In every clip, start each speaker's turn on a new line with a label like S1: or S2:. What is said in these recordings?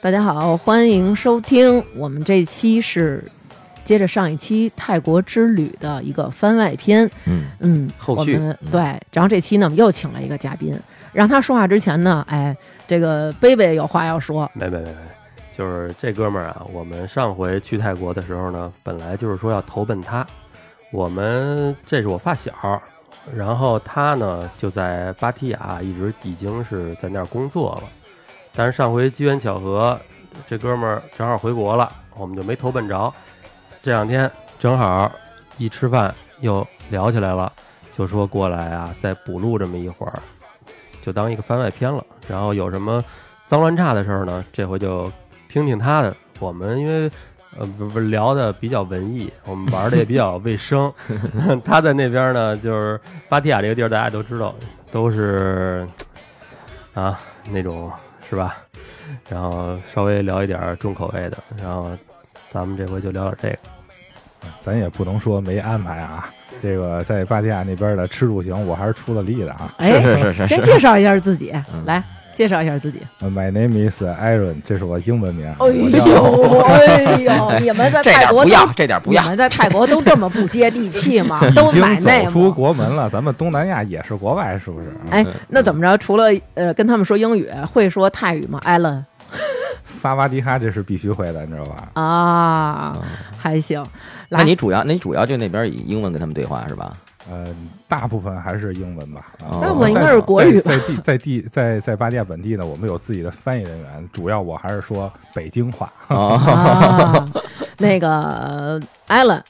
S1: 大家好，欢迎收听我们这期是接着上一期泰国之旅的一个番外篇。
S2: 嗯，
S1: 嗯，
S2: 后续
S1: 我们
S2: 嗯
S1: 对，然后这期呢，我们又请了一个嘉宾，让他说话之前呢，哎，这个贝贝有话要 说，
S3: 没没没没，就是这哥们儿啊，我们上回去泰国的时候呢，本来就是说要投奔他，我们这是我发小，然后他呢就在芭提雅一直已经是在那儿工作了，但是上回机缘巧合，这哥们儿正好回国了，我们就没投奔着，这两天正好一吃饭又聊起来了，就说过来啊再补录这么一会儿，就当一个番外篇了，然后有什么。脏乱差的事儿呢，这回就听听他的。我们因为呃不不聊的比较文艺，我们玩的也比较卫生。他在那边呢，就是芭提雅这个地儿，大家都知道，都是啊那种是吧？然后稍微聊一点儿重口味的，然后咱们这回就聊点这个。
S4: 咱也不能说没安排啊。这个在芭提雅那边的吃住行，我还是出了力的啊。
S1: 哎，
S2: 是是是是
S1: 先介绍一下自己，
S2: 嗯
S1: 来介绍一下自己。
S4: My name is Aaron，这是我英文名。
S1: 哦
S5: 哎
S4: 我叫
S5: 呦，哎呦，你们在
S2: 这点
S5: 泰
S2: 儿
S5: 国
S2: 不
S5: 都
S2: 要，这点儿不要
S1: 嗯
S5: 你。们在泰国都这么不接地气 吗？都
S4: 已
S5: 买
S4: 经
S5: 内
S4: 走出
S5: 幕，
S4: 国门了，咱们东南亚也是国外，是不是？
S1: 哎，
S2: 嗯
S1: 那怎么着？除了呃跟他们说英语，会说泰语吗？Allen
S4: 萨瓦迪哈这是必须会的，你知道吧？
S1: 啊，还行。
S2: 嗯那
S1: 来，
S2: 你主要，那你主要就那边以英文跟他们对话是吧？
S4: 呃，大部分还是英文吧。啊
S2: 那
S4: 我
S2: 我
S1: 应该是国语吧
S4: 在在地在地在在芭提雅本地呢，我们有自己的翻译人员，主要我还是说北京话。
S2: 哦，
S1: 啊，那个 Allen，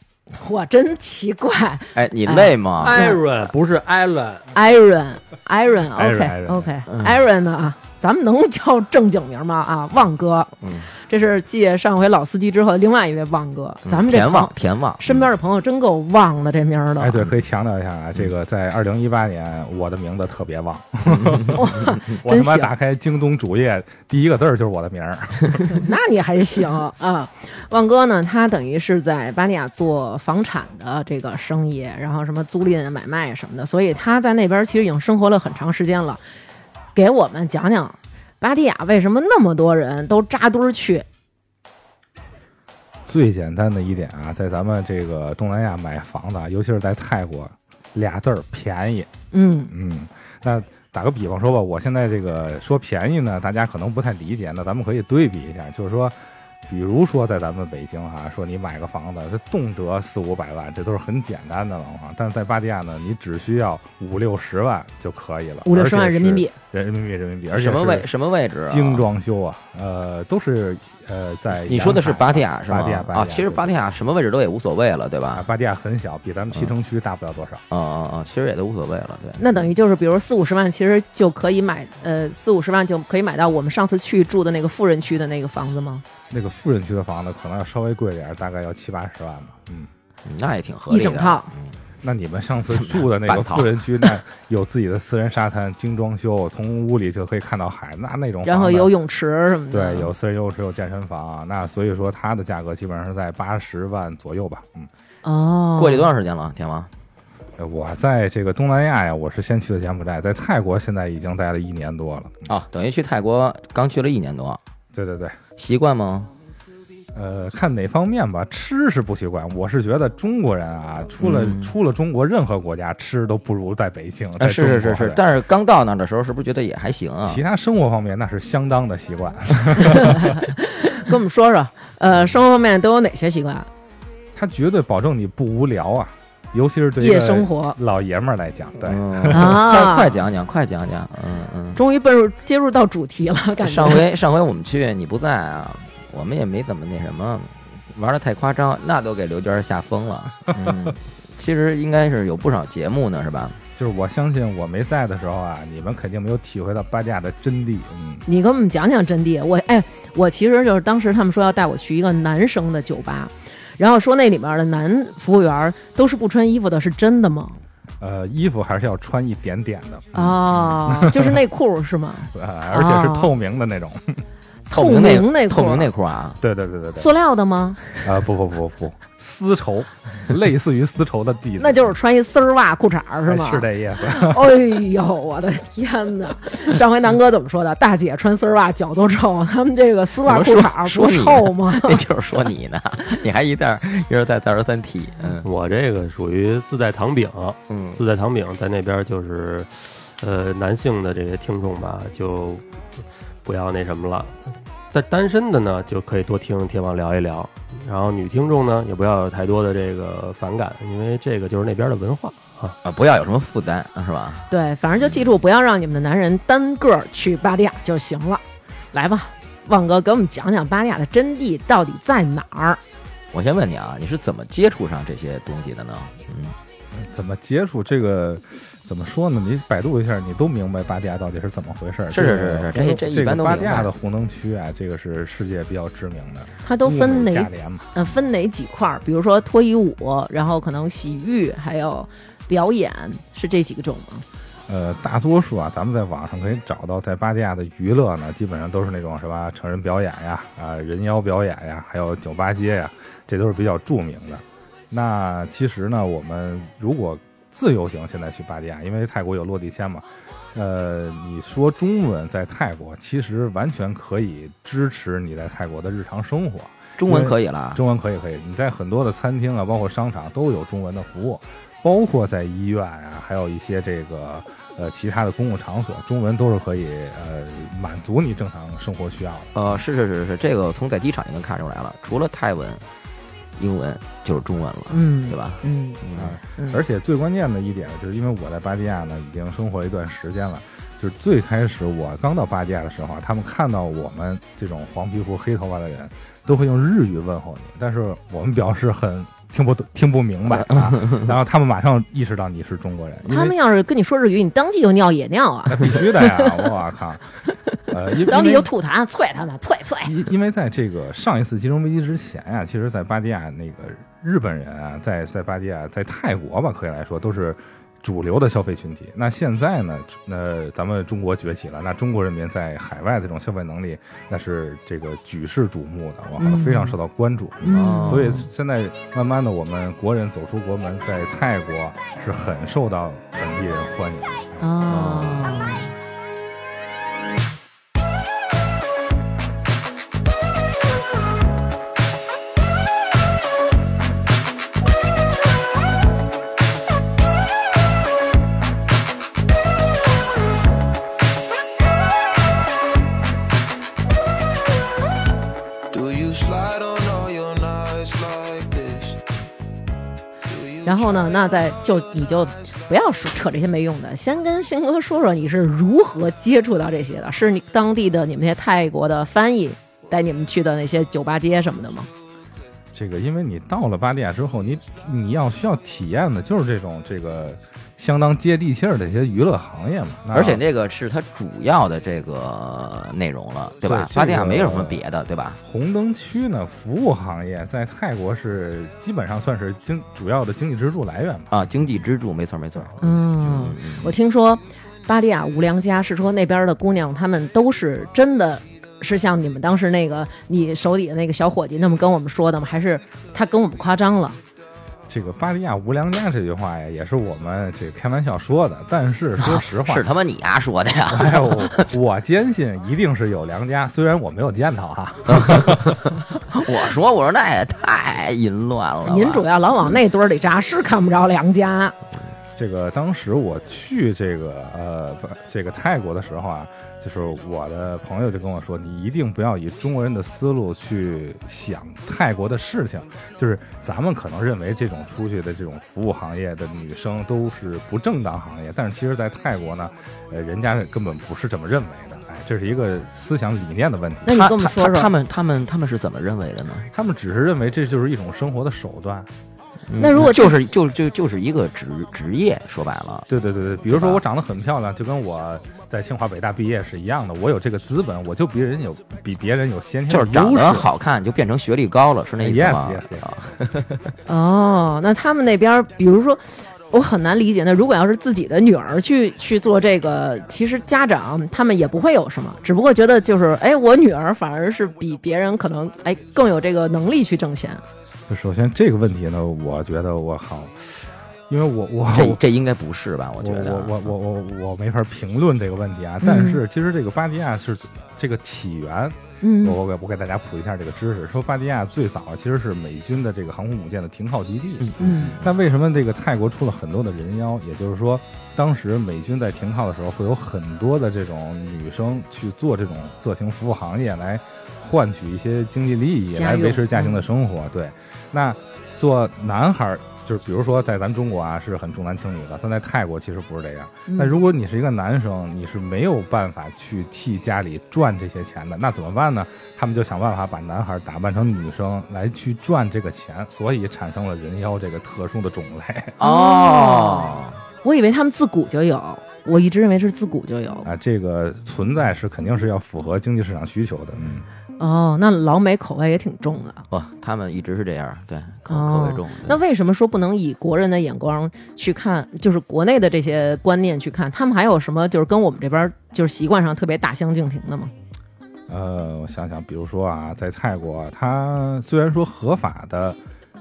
S1: 我真奇怪
S2: 哎，你累吗？
S3: Aaron 不是 Allen，
S4: Aaron，Aaron
S1: ，Iron，Iron，OK，OK，
S2: 嗯
S1: Aaron 呢啊？咱们能叫正经名吗？啊，旺哥，
S2: 嗯
S1: 这是继上回老司机之后的另外一位旺哥。咱们这
S2: 嗯田
S1: 朋友
S2: 旺，田旺，
S1: 身边的朋友真够旺的，这名儿的。
S4: 哎，对，可以强调一下啊，这个在二零一八年，我的名字特别旺， 我他
S1: 真
S4: 妈
S1: 行
S4: 打开京东主页，第一个字儿就是我的名儿。
S1: 那你还行啊。旺哥呢，他等于是在巴利亚做房产的这个生意，然后什么租赁、啊买卖什么的，所以他在那边其实已经生活了很长时间了。给我们讲讲巴利亚为什么那么多人都扎堆儿去？
S4: 最简单的一点啊，在咱们这个东南亚买房子啊，尤其是在泰国，俩字儿便宜。
S1: 嗯
S4: 嗯，那打个比方说吧，我现在这个说便宜呢，大家可能不太理解，那咱们可以对比一下，就是说，比如说在咱们北京哈、说你买个房子，这动辄四五百万，这都是很简单的了哈。但是在芭提雅呢，你只需要五六十万就可以了，
S1: 五六十
S4: 而且
S1: 万
S4: 是
S1: 人民币，
S4: 人，人民币，人民币，而且
S2: 什么
S4: 是
S2: 位什么位置啊？
S4: 精装修啊，呃，都是呃在
S2: 你说的是
S4: 阳台
S2: 芭提雅是吗？
S4: 芭提雅芭提雅
S2: 啊，其实芭提雅什么位置都也无所谓了，对
S4: 啊，
S2: 吧？
S4: 芭提雅很小，比咱
S2: 嗯
S4: 们西城区大不了多少。
S2: 啊啊啊，其实也都无所谓了，对。
S1: 那等于就是，比如四五十万，其实就可以买，呃，四五十万就可以买到我们上次去住的那个富人区的那个房子吗？
S4: 那个富人区的房子可能要稍微贵点儿，大概要七八十万吧。嗯，
S2: 嗯那也挺合
S4: 啊
S2: 理
S1: 一
S2: 的。
S1: 整套，
S4: 那你们上次住的那
S2: 半
S4: 个
S2: 套
S4: 富人区，那有自己的私人沙滩，精装 修，从屋里就可以看到海，那那种
S1: 然后
S4: 房子
S1: 有泳池什么的。
S4: 对有私人游泳池，有健身房啊，那所以说它的价格基本上是在八十万左右吧。嗯，
S1: 哦，
S2: 过去多长时间了，天王？
S4: 呃我在这个东南亚呀，我是先去的柬埔寨，在泰国现在已经待了一年多了。嗯
S2: 哦，等于去泰国刚去了一年多，
S4: 对对对，
S2: 习惯吗？
S4: 呃，看哪方面吧，吃是不习惯。我是觉得中国人啊，出了、
S2: 嗯
S4: 出了中国任何国家吃都不如在北京。
S2: 啊，
S4: 在
S2: 是是
S4: 中
S2: 是
S4: 国
S2: 是
S4: 对，
S2: 但是刚到那儿的时候，是不是觉得也还行啊？
S4: 其他生活方面那是相当的习惯。
S1: 跟我们说说，呃，生活方面都有哪些习惯？
S4: 他绝对保证你不无聊啊，尤其是对
S1: 夜生活
S4: 老爷们儿来讲，对。
S2: 嗯，快
S1: 啊
S2: 快，讲讲，快讲讲，嗯嗯。
S1: 终于奔入接入到主题了，感觉
S2: 上回上回我们去你不在啊，我们也没怎么那什么，玩的太夸张，那都给刘娟吓疯了。嗯，其实应该是有不少节目呢，是吧？
S4: 就是我相信我没在的时候啊，你们肯定没有体会到巴蒂亚的真谛。嗯，
S1: 你给我们讲讲真谛。我哎，我其实就是当时他们说要带我去一个男生的酒吧，然后说那里面的男服务员都是不穿衣服的，是真的吗？
S4: 呃，衣服还是要穿一
S1: 啊
S4: 点点的，
S1: 哦，就是内裤是吗？啊
S4: 呃，而且是透明的那种。
S2: 透
S1: 明
S2: 明
S1: 内
S2: 内
S1: 裤
S2: 透明内裤啊，
S4: 对对对 对对，
S1: 塑料的吗？
S4: 啊不不不不，丝绸，类似于丝绸的地
S1: 那就是穿一丝儿袜裤衩儿是
S4: 哎
S1: 吗？
S4: 是这意思。
S1: 哎呦，我的天哪！上回南哥怎么说的？大姐穿丝儿袜脚都臭，他们这个丝袜裤衩儿
S2: 说
S1: 不
S2: 说你
S1: 臭吗？
S2: 那就是说你呢， 你还一袋一而再再而三提，嗯
S3: 我这个属于自带糖饼，
S2: 嗯
S3: 自带糖饼在那边就是，呃，男性的这些听众吧，就不要那什么了。但单身的呢，就可以多听听网聊一聊。然后女听众呢，也不要有太多的这个反感，因为这个就是那边的文化啊。
S2: 啊，不要有什么负担是吧？
S1: 对，反正就记住，不要让你们的男人单个儿去巴利亚就行了。来吧，旺哥，给我们讲讲巴利亚的真谛到底在哪儿？
S2: 我先问你啊，你是怎么接触上这些东西的呢？嗯，
S4: 怎么接触这个？怎么说呢？你百度一下，你都明白巴蒂亚到底是怎么回事儿。
S2: 是是是是
S4: 这个
S2: 这这一
S4: 个
S2: 般都
S4: 巴
S2: 明
S4: 蒂亚
S2: 白
S4: 的红灯区啊，这个是世界比较知名的，
S1: 它都分
S4: 物美
S1: 哪
S4: 价廉嘛？
S1: 呃分哪几块儿？比如说脱衣舞，然后可能洗浴，还有表演，是这几个种吗？
S4: 呃，大多数啊，咱们在网上可以找到，在巴蒂亚的娱乐呢，基本上都是那种什么成人表演呀、啊、人妖表演呀，还有酒吧街呀，这都是比较著名的。那其实呢，我们如果自由行现在去巴蒂亚，因为泰国有落地签嘛，呃，你说中文在泰国，其实完全可以支持你在泰国的日常生活。
S2: 中文可以了，
S4: 中文可以可以，你在很多的餐厅啊，包括商场都有中文的服务，包括在医院啊，还有一些这个呃其他的公共场所，中文都是可以呃满足你正常生活需要的。
S2: 呃，是是是是，这个从在机场就能看出来了，除了泰文、英文就是中文了，
S1: 嗯
S2: 对？吧？
S1: 嗯，
S2: 嗯
S4: 啊，
S1: 嗯
S4: 而且最关键的一点就是，因为我在巴蒂亚呢已经生活了一段时间了，就是最开始我刚到巴蒂亚的时候啊，他们看到我们这种黄皮肤黑头发的人，都会用日语问候你，但是我们表示很听不懂听不明白啊，然后他们马上意识到你是中国人，因
S1: 他
S4: 为
S1: 们要是跟你说日语，你当即就尿野尿啊，
S4: 那必须的呀！我靠，呃，因
S1: 当
S4: 因
S1: 即
S4: 为
S1: 就吐痰，啐他们，啐啐。
S4: 因因为在这个上一次金融危机之前呀、其实，在巴蒂亚那个日本人啊，在在巴蒂亚，在泰国吧，可以来说都是主流的消费群体。那现在呢，呃，咱们中国崛起了，那中国人民在海外这种消费能力，那是这个举世瞩目的，我靠，
S1: 嗯
S4: 非常受到关注。
S1: 嗯
S4: 所以现在慢慢的，我们国人走出国门，在泰国是很受到本地人欢迎的。
S1: 哦，
S6: Do you slide on all your nights like this? Do you
S1: 然后呢，那再就你就不要说扯这些没用的，先跟新哥说说你是如何接触到这些的，是你当地的你们那些泰国的翻译带你们去的那些酒吧街什么的吗？
S4: 这个，因为你到了巴蒂亚之后，你你要需要体验的就是这种这个相当接地气儿的一些娱乐行业嘛。那
S2: 而且这个是它主要的这个内容了，对吧
S4: 对？这
S2: 巴蒂亚没有什
S4: 个
S2: 么别的，对吧？
S4: 红灯区呢，服务行业在泰国是基本上算是经主要的经济支柱来源吧。
S2: 啊，经济支柱，没错没错。
S1: 嗯，我听说巴利亚无良家是说那边的姑娘她们都是真的。是像你们当时那个你手底下那个小伙计那么跟我们说的吗？还是他跟我们夸张了？
S4: 这个“巴蒂亚无良家”这句话呀，也是我们这开玩笑说的，但是说实话，
S2: 啊是他妈你丫说的呀！
S4: 哎呦，我坚信一定是有良家，虽然我没有见到哈、
S2: 我说我说那也太淫乱了吧。
S1: 您主要老往那堆儿里扎，是看不着良家。
S4: 这个当时我去这个呃不这个泰国的时候啊，就是我的朋友就跟我说，你一定不要以中国人的思路去想泰国的事情，就是咱们可能认为这种出去的这种服务行业的女生都是不正当行业，但是其实，在泰国呢，呃，人家根本不是这么认为的，哎，这是一个思想理念的问题。
S1: 那你
S2: 他
S1: 跟我们
S2: 他
S1: 说
S2: 他
S1: 说
S2: 他，们他们他们是怎么认为的呢？
S4: 他们只是认为这就是一种生活的手段，
S1: 那如果
S2: 就是就就就是一个职职业，说白了，
S4: 对对对对，比如
S2: 对
S4: 说
S2: 吧
S4: 我长得很漂亮，就跟我在清华北大毕业是一样的，我有这个资本，我就比人有比别人有先天
S2: 就
S4: 的
S2: 是长
S4: 哎优势
S2: 得。好看就变成学历高了，是那意思吗
S4: Yes, yes, yes
S2: 啊
S1: 哦，那他们那边儿，比如说，我很难理解。那如果要是自己的女儿去去做这个，其实家长他们也不会有什么，只不过觉得就是，哎，我女儿反而是比别人可能哎更有这个能力去挣钱。
S4: 就首先这个问题呢，我觉得我好，因为我我
S2: 这这应该不是吧？我
S4: 我
S2: 觉得啊，嗯
S4: 我我我我我没法评论这个问题啊。但是其实这个巴迪亚是这个起源，
S1: 嗯
S4: 我我给我给大家普一下这个知识，说巴迪亚最早其实是美军的这个航空母舰的停靠基地。
S1: 嗯
S4: 但为什么这个泰国出了很多的人妖？也就是说，当时美军在停靠的时候，会有很多的这种女生去做这种色情服务行业，来换取一些经济利益，
S1: 家
S4: 来
S1: 用嗯
S4: 维持家庭的生活。对，那做男孩儿，就是比如说在咱中国啊，是很重男轻女的，但在泰国其实不是这样。
S1: 嗯
S4: 那如果你是一个男生，你是没有办法去替家里赚这些钱的，那怎么办呢？他们就想办法把男孩打扮成女生来去赚这个钱，所以产生了人妖这个特殊的种类
S2: 哦，
S1: 我以为他们自古就有，我一直认为是自古就有。
S4: 啊。这个存在是肯定是要符合经济市场需求的，嗯，
S1: 哦，那老美口味也挺重的。
S2: 不，哦他们一直是这样，对，口口
S1: 哦
S2: 味重。
S1: 那为什么说不能以国人的眼光去看，就是国内的这些观念去看？他们还有什么就是跟我们这边儿就是习惯上特别大相径庭的吗？
S4: 呃，我想想，比如说啊，在泰国，它虽然说合法的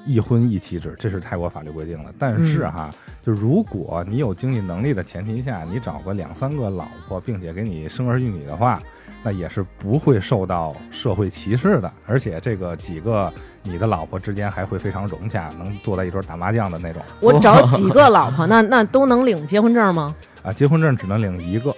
S4: 一婚一妻制，这是泰国法律规定的，但是哈，
S1: 嗯
S4: 就如果你有经济能力的前提下，你找个两三个老婆，并且给你生儿育女的话，那也是不会受到社会歧视的，而且这个几个你的老婆之间还会非常融洽，能坐在一桌打麻将的那种
S1: 我找几个老婆，那那都能领结婚证吗？
S4: 啊。结婚证只能领一个，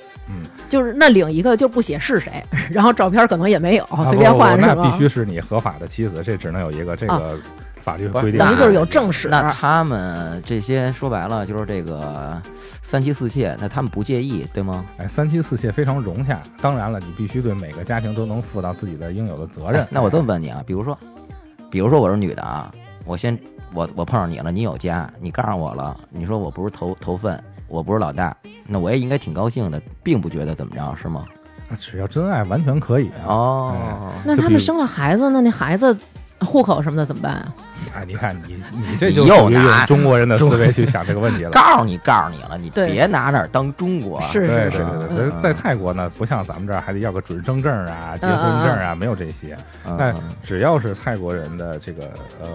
S1: 就是那领一个就不写是谁， 然后照片可能也没有，
S4: 啊
S1: 随
S4: 不
S1: 便
S4: 不
S1: 换
S4: 不
S1: 是
S4: 那必
S1: 吧？
S4: 须是你合法的妻子，这只能有一个，这
S1: 啊
S4: 个法律
S2: 不是
S4: 规定
S2: 那
S1: 等于
S4: 的
S1: 就是有正史。
S2: 那他们这些说白了就是这个三妻四妾，那他们不介意对吗？
S4: 哎，三妻四妾非常融洽。当然了，你必须对每个家庭都能负到自己的应有的责任
S2: 哎。那我这么问你啊，比如说，比如说我是女的啊，我先我我碰上你了，你有家，你告诉我了，你说我不是头头份，我不是老大，那我也应该挺高兴的，并不觉得怎么着是吗？
S4: 哎只要真爱，完全可以啊！
S2: 哦，
S1: 那他们生了孩子，那那孩子户口什么的怎么办啊？
S4: 哎你看你你这就
S2: 你又
S4: 属于
S2: 拿
S4: 用中国人的思维去想这个问 题了。
S2: 告诉你告诉你了，你
S1: 对
S2: 别拿那儿当中国。啊
S1: 是
S4: 对
S1: 是是，
S4: 对对对，
S2: 嗯
S4: 在在泰国呢，不像咱们这儿还得要个准生证啊、结婚证啊，没有这些。
S2: 嗯，
S4: 但只要是泰国人的这个呃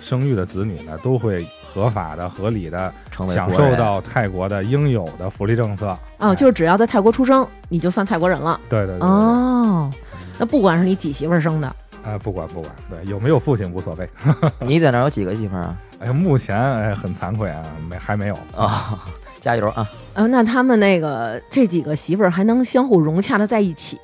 S4: 生育的子女呢，都会合法的、合理的
S2: 成为
S4: 享
S2: 国
S4: 受
S2: 人
S4: 到泰国的应有的福利政策。哎
S1: 哦，就是只要在泰国出生，你就算泰国人了。
S4: 对对对对对
S1: 哦，那不管是你几媳妇儿生的，
S4: 啊，不管不管，对有没有父亲无所谓。
S2: 你在那儿有几个媳妇儿啊？
S4: 哎，目前哎很惭愧啊，没还没有。
S2: 啊、加 油啊！
S1: 呃，那他们那个这几个媳妇儿还能相互融洽的在一起，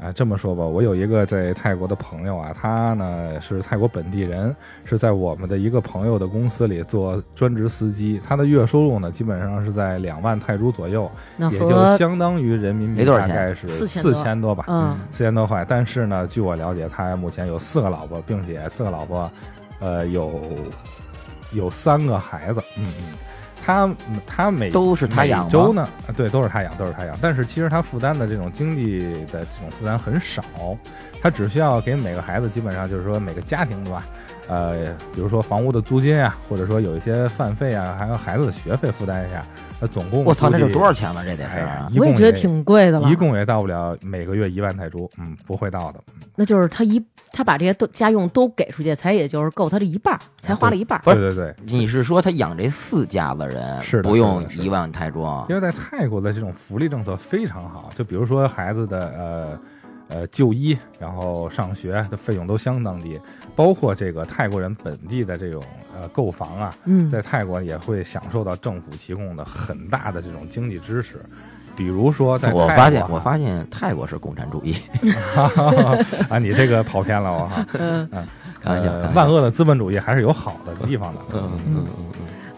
S4: 啊，这么说吧，我有一个在泰国的朋友啊，他呢是泰国本地人，是在我们的一个朋友的公司里做专职司机，他的月收入呢基本上是在两万泰铢左右，
S1: 那
S4: 也就
S1: 和
S4: 相当于人民币
S2: 没多少
S4: 大
S2: 钱
S4: 概是
S1: 4000
S4: 四千多吧，
S1: 嗯
S4: 四千多块。但是呢，据我了解，他目前有四个老婆，并且四个老婆，呃，有有三个孩子。嗯嗯，他他每
S2: 都是他养
S4: 每
S2: 吗
S4: 周呢，啊对，都是他养，都是他养。但是其实他负担的这种经济的这种负担很少，他只需要给每个孩子，基本上就是说每个家庭吧，呃，比如说房屋的租金啊，或者说有一些饭费啊，还有孩子的学费负担一下。那总共
S2: 我操，那
S4: 估
S2: 是
S4: 计
S2: 多少钱了？这得是、啊
S4: 哎呀一
S1: 我也
S4: 共
S1: 觉得
S4: 也
S1: 挺贵的了，
S4: 一共也到不了每个月一万泰铢，嗯，不会到的。
S1: 那就是他一他把这些都家用都给出去，才也就是够他这一半儿，才花了一半儿。
S2: 不是
S4: 对对对，
S2: 你是说他养这四家子人，
S4: 是的
S2: 不
S4: 是
S2: 用
S4: 的是的
S2: 一万泰铢？啊
S4: 因为在泰国的这种福利政策非常好，就比如说孩子的呃呃就医，然后上学的费用都相当低，包括这个泰国人本地的这种呃购房啊，
S1: 嗯，
S4: 在泰国也会享受到政府提供的很大的这种经济支持。比如说在泰国
S2: 我
S4: 啊，
S2: 发现，我发现泰国是共产主义，
S4: 啊，你这个跑偏了我哈。
S2: 嗯开玩笑，开
S4: 呃
S2: 玩笑
S4: 万恶的资本主义还是有好的地方的。
S2: 嗯嗯嗯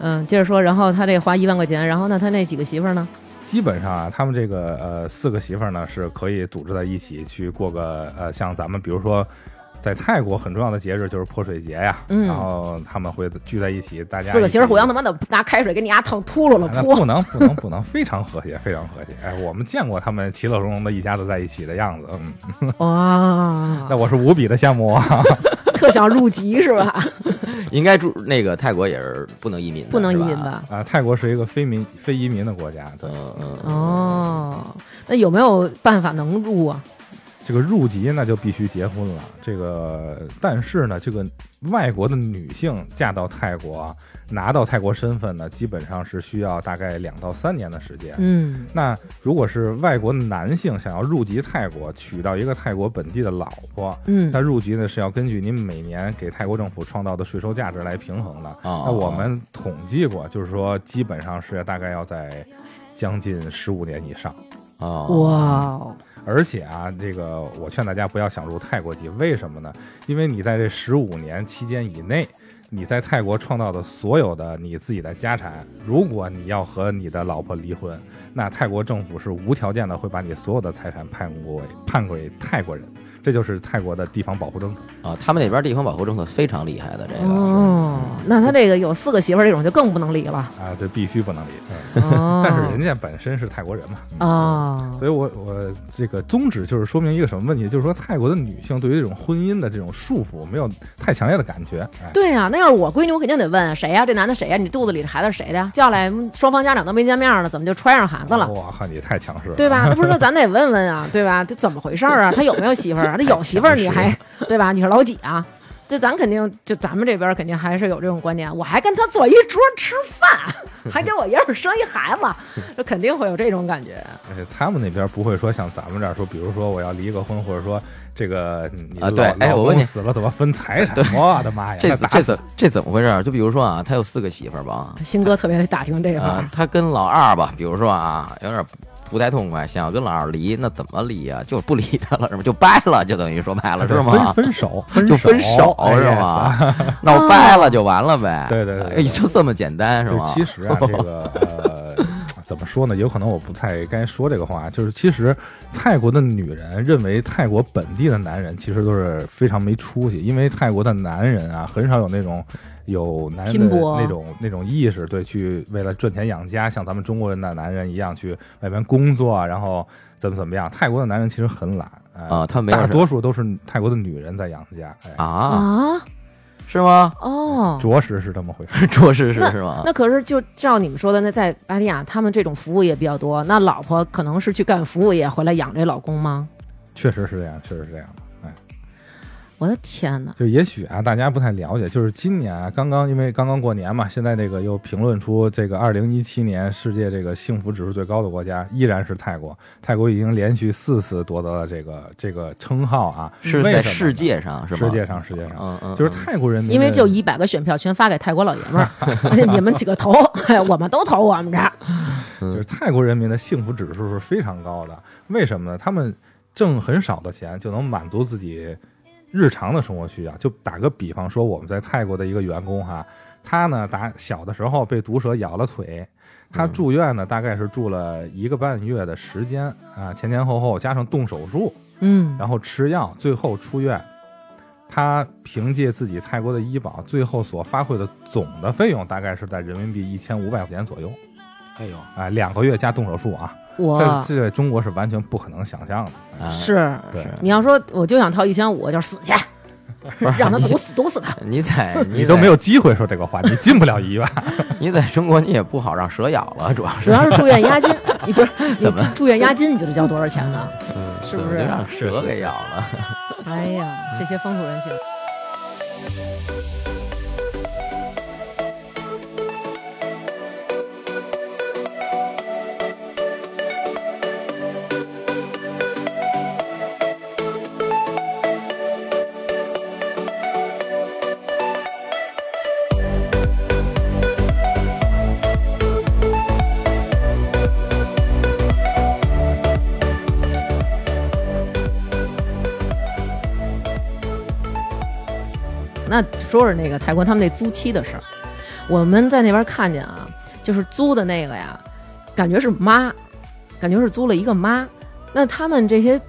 S1: 嗯，接着说，然后他这花一万块钱，然后那他那几个媳妇儿呢？
S4: 基本上啊，他们这个呃四个媳妇儿呢是可以组织在一起去过个呃，像咱们比如说在泰国很重要的节日就是泼水节呀，
S1: 嗯
S4: 然后他们会聚在一起，大家
S1: 四个媳妇儿互相
S4: 的。
S1: 他妈的拿开水给你丫烫秃噜了，
S4: 那
S1: 泼
S4: 不能不能不能，非常和谐，非常和谐。哎，我们见过他们其乐融融的一家子在一起的样子。嗯，
S1: 哇
S4: 那，我是无比的羡慕啊。
S1: 特想入籍是吧？
S2: 应该住那个泰国也是不能移民的，
S1: 不能移民
S2: 是吧？
S1: 吧？
S4: 啊，泰国是一个非民非移民的国家，对，
S2: 嗯嗯，
S1: 哦，那有没有办法能入啊？
S4: 这个入籍那就必须结婚了。这个，但是呢，这个外国的女性嫁到泰国，啊拿到泰国身份呢，基本上是需要大概两到三年的时间。
S1: 嗯，
S4: 那如果是外国的男性想要入籍泰国，娶到一个泰国本地的老婆，
S1: 嗯
S4: 那入籍呢是要根据您每年给泰国政府创造的税收价值来平衡的。
S2: 哦
S4: 那我们统计过，就是说基本上是大概要在将近十五年以上。
S2: 哦，
S1: 哇哦，
S4: 而且啊，这个我劝大家不要想入泰国籍，为什么呢？因为你在这十五年期间以内，你在泰国创造的所有的你自己的家产，如果你要和你的老婆离婚，那泰国政府是无条件的会把你所有的财产判给判给泰国人，这就是泰国的地方保护政策。
S2: 啊，他们那边地方保护政策非常厉害的，这个
S1: 哦，那他这个有四个媳妇儿这种就更不能离了。
S4: 啊，这必须不能离。
S1: 哦，
S4: 但是人家本身是泰国人嘛，
S1: 哦，
S4: 所以我我这个宗旨就是说明一个什么问题，就是说泰国的女性对于这种婚姻的这种束缚没有太强烈的感觉。哎，
S1: 对呀、那要是我闺女，我肯定得问啊谁呀、这男的谁呀、你肚子里这孩子是谁的呀？叫来，双方家长都没见面呢，怎么就揣上孩子了？
S2: 哦
S4: 我靠，你太强势了，
S1: 对？吧？那不是说咱得问问啊，对吧？这怎么回事儿啊？他有没有媳妇儿啊？他有媳妇儿你还
S2: 哎
S1: 对吧？你是老几啊？这咱肯定就咱们这边肯定还是有这种观念，我还跟他坐一桌吃饭， 还给我一人生一孩子，这肯定会有这种感觉。
S4: 而且哎他们那边不会说像咱们这儿说，比如说我要离个婚，或者说这个嗯你
S2: 啊对
S4: 老
S2: 哎
S4: 老
S2: 我
S4: 公
S2: 问你
S4: 死了怎么分财产？我的妈呀，
S1: 嗯
S2: 这
S4: 那
S2: 怎
S4: 咋
S2: 这怎这怎么回事儿？就比如说啊，他有四个媳妇儿吧，
S1: 新哥特别打听这块儿
S2: 啊，，他跟老二吧，比如说啊，有点不太痛快，想要跟老二离，那怎么离啊？就不理他了，是吗？就掰了，就等于说掰了，是吗？
S4: 分分手，分
S2: 就分手
S4: 哎
S2: 是
S4: 呀
S2: 吗？那我掰
S1: 嗯
S2: 了就完了呗。
S4: 对对对对
S2: 哎就这么简单是
S4: 就
S2: 吗？
S4: 其实啊，这个呃，怎么说呢？有可能我不太该说这个话。就是其实泰国的女人认为泰国本地的男人其实都是非常没出息，因为泰国的男人啊，很少有那种。有男人
S1: 拼
S4: 的
S1: 搏
S4: 那种那种意识，对，去为了赚钱养家，像咱们中国人的男人一样去外边工作啊，然后怎么怎么样。泰国的男人其实很懒哎
S2: 啊，他没有
S4: 大
S2: 什
S4: 多数都是泰国的女人在养家，哎，
S2: 啊，
S1: 啊
S2: 是吗？
S1: 哦。
S4: 着实是这么回事。
S2: 着实是是吗？
S1: 那可是就照你们说的，那在巴提雅他们这种服务业比较多，那老婆可能是去干服务业回来养这老公吗？
S4: 确实是这样，确实是这样。哎，
S1: 我的天哪！
S4: 就也许啊，大家不太了解，就是今年啊，刚刚因为刚刚过年嘛，现在这个又评论出这个二零一七年世界这个幸福指数最高的国家依然是泰国，泰国已经连续四次夺得了这个这个称号啊，
S2: 是
S4: 为什
S2: 在
S4: 么呢
S2: 世界上是吗？
S4: 世界上世界上，
S2: 嗯嗯，
S4: 就是泰国人民的，
S1: 因为就一百个选票全发给泰国老爷们 儿，你们几个投，哎我们都投我们这儿。
S4: 就是泰国人民的幸福指数是非常高的，为什么呢？他们挣很少的钱就能满足自己日常的生活需要。就打个比方说，我们在泰国的一个员工哈，他呢打小的时候被毒蛇咬了腿，他嗯住院呢大概是住了一个半月的时间啊，前前后后加上动手术，
S1: 嗯，
S4: 然后吃药，最后出院。他凭借自己泰国的医保，最后所发挥的总的费用大概是在人民币一千五百块钱左右
S2: 哎呦，
S4: 啊，两个月加动手术啊，在
S1: 我
S4: 这在中国是完全不可能想象的。
S2: 啊
S1: 是
S4: 对
S1: 你要说我就想掏一千五，就是死去，让他毒死毒死他。
S2: 你 在
S4: 你
S2: 在
S4: 都没有机会说这个话，你进不了医院。
S2: 你在中国你也不好让蛇咬了，主要是
S1: 主要是住院押金，你不是你
S2: 怎么嗯
S1: 住院押金，你觉得交多少钱呢？是不？
S2: 就是让蛇给咬了？
S1: 哎呀，这些风土人情。那说说那个泰国他们那租期的事儿，我们在那边看见啊，就是租的那个呀，感觉是妈，感觉是租了一个妈。那他们这些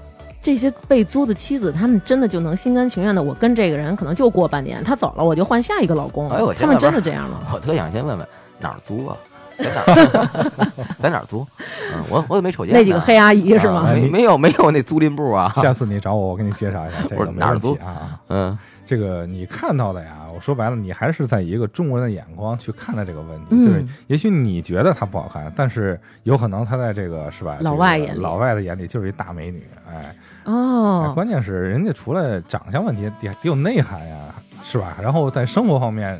S1: 这些被租的妻子，他们真的就能心甘情愿的，我跟这个人可能就过半年，他走了我就换下一个老公。
S2: 哎我
S1: 他们真的这样吗？
S2: 我特想先问问哪儿租啊？在哪儿？在哪儿租？嗯，我我也没瞅见
S1: 那几个黑阿姨是
S2: 啊
S1: 吗？
S2: 没没有没有那租赁部啊，
S4: 下次你找我，我给你介绍一下这
S2: 我
S4: 个
S2: 说
S4: 没
S2: 哪儿
S4: 问题
S2: 租
S4: 啊。
S2: 嗯
S4: 这个你看到的呀，我说白了，你还是在一个中国人的眼光去看待这个问题，
S1: 嗯
S4: 就是也许你觉得她不好看，但是有可能她在这个是吧，
S1: 老外
S4: 这个
S1: 眼里
S4: 老外的眼里就是一大美女，哎，哎
S1: 哦，
S4: 关键是人家除了长相问题，得得有内涵呀，是吧？然后在生活方面，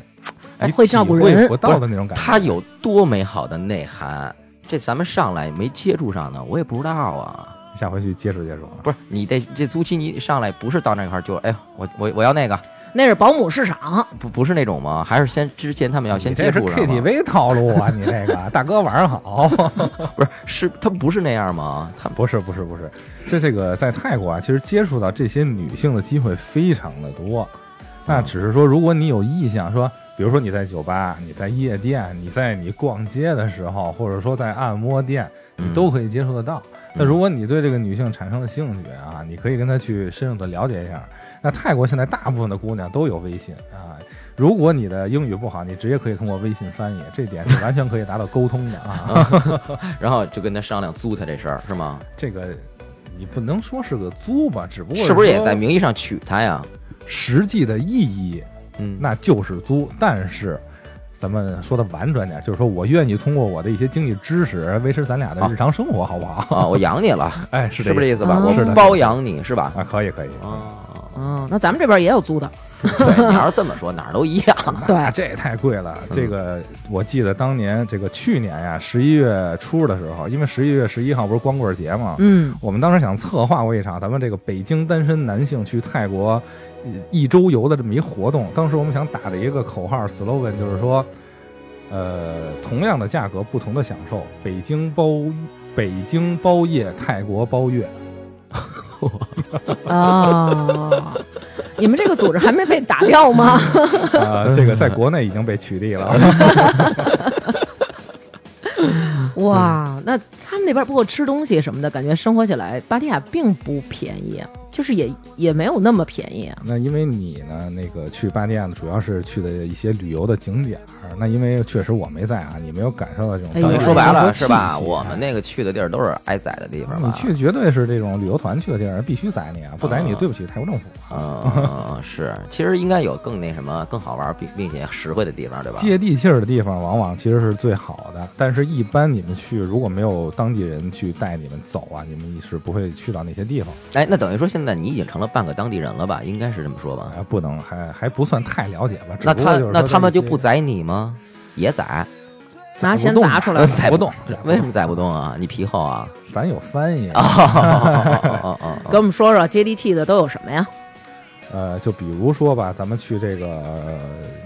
S2: 哎
S4: 你
S1: 会照顾
S4: 体会
S1: 人
S4: 不到的那种感觉。
S2: 它有多美好的内涵？这咱们上来没接触上呢，我也不知道啊。
S4: 下回去接触接触啊。
S2: 不是你这这租期你上来不是到那块儿就哎呦我我我要那个
S1: 那是保姆市场，
S2: 不不是那种吗？还是先之前他们要先
S4: 你这
S2: 接
S4: 是
S2: 触上吗？
S4: KTV 套路啊！你这个 大哥晚上好，
S2: 不是是他不是那样吗？他
S4: 不是不是不是，在这个在泰国啊，其实接触到这些女性的机会非常的多。那只是说，如果你有意向，说比如说你在酒吧、你在夜店、你在你逛街的时候，或者说在按摩店，你
S2: 嗯
S4: 都可以接触得到。那
S2: 嗯
S4: 如果你对这个女性产生了兴趣啊，你可以跟她去深入的了解一下。那泰国现在大部分的姑娘都有微信啊，如果你的英语不好，你直接可以通过微信翻译，这点是完全可以达到沟通的啊。
S2: 然后就跟他商量租他这事儿是吗？
S4: 这个你不能说是个租吧，只不过
S2: 是不是也
S4: 说
S2: 在名义上娶她呀？
S4: 实际的意义
S2: 嗯，
S4: 那就是租，但是。咱们说的婉转点，就是说我愿意通过我的一些经济知识维持咱俩的日常生活，好不好？
S2: 啊，我养 你了，
S4: 哎，
S2: 啊是
S4: 这
S2: 不是这意思吧？
S1: 哦是
S2: 我
S1: 的
S2: 包养你是吧？
S4: 啊？可以，可以。
S2: 哦，
S1: 嗯，那咱们这边也有租的，
S2: 对，你要是这么说，哪儿都一样。
S4: 啊，
S1: 对，
S4: 这也太贵了。这个我记得当年这个去年呀，十一月初的时候，因为十一月十一号不是光棍节嘛，
S1: 嗯，
S4: 我们当时想策划过一场咱们这个北京单身男性去泰国呃一周游的这么一活动。当时我们想打的一个口号 slogan 就是说，呃，同样的价格，不同的享受，北京包北京包夜，泰国包月。
S1: 哦， 你们这个组织还没被打掉吗？
S4: 啊、这个在国内已经被取缔了。嗯
S1: 哇，那他们那边不过吃东西什么的，感觉生活起来，芭提雅并不便宜，就是也也没有那么便宜啊。
S4: 那因为你呢，那个去巴提亚呢，主要是去的一些旅游的景点儿。那因为确实我没在啊，你没有感受到这种
S1: 哎
S4: 当
S1: 呦
S4: 地
S2: 等于
S4: 的
S2: 说白
S4: 生活
S2: 了
S4: 气
S2: 是吧？
S4: 息
S2: 我们那个去的地儿都是挨宰的地方吧？
S4: 你去绝对是这种旅游团去的地儿，必须宰你啊！不宰你，
S2: 啊
S4: 对不起泰国政府啊！
S2: 嗯，是，其实应该有更那什么、更好玩并并且实惠的地方，对吧？
S4: 接地气儿的地方往往其实是最好的，但是一般你们去如果没有当地人去带你们走啊，你们是不会去到那些地方
S2: 哎，那等于说现在你已经成了半个当地人了吧？应该是这么说吧？
S4: 啊，不能还还不算太了解吧？只
S2: 那
S4: 不过
S2: 他
S4: 就是
S2: 那
S4: 说
S2: 他们
S4: 这
S2: 就
S4: 些
S2: 不宰你吗？也宰？
S1: 拿钱
S4: 动啊
S1: 砸出来了，
S4: 宰不动，
S2: 为什么宰不动啊？你皮厚啊？
S4: 咱有翻译
S2: 哦哦哦哦
S1: 给我们说说接地气的都有什么呀？
S4: 呃，就比如说吧，咱们去这个、呃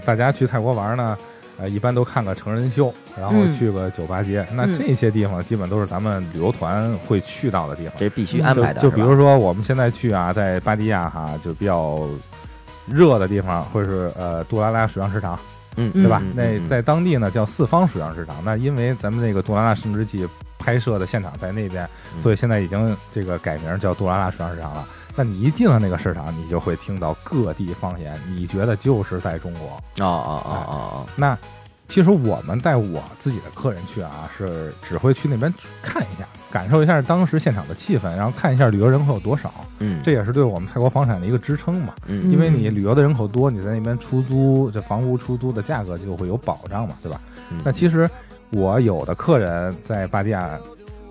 S4: 大家去泰国玩呢，呃，一般都看个成人秀，然后
S1: 嗯
S4: 去个酒吧街，
S1: 嗯
S4: 那这些地方基本都是咱们旅游团会去到的地方。
S2: 这必须安排的，
S4: 就是就比
S2: 吧
S4: 如说我们现在去啊，在巴提亚哈，就比较热的地方，或者是呃杜拉拉水上市场，
S2: 嗯，
S4: 对吧？
S2: 嗯嗯
S4: 那在当地呢叫四方水上市场。那因为咱们那个杜拉拉生殖器拍摄的现场在那边，
S2: 嗯
S4: 所以现在已经这个改名叫杜拉拉水上市场了。那你一进了那个市场，你就会听到各地方言，你觉得就是在中国。
S2: 哦哦哦哦
S4: 那其实我们带我自己的客人去啊，是只会去那边看一下，感受一下当时现场的气氛，然后看一下旅游人口有多少，
S2: 哦，嗯，
S4: 这也是对我们泰国房产的一个支撑嘛。
S2: 嗯
S4: 因为你旅游的人口多，你在那边出租这房屋出租的价格就会有保障嘛，对吧？
S2: 嗯
S4: 那其实我有的客人在巴提亚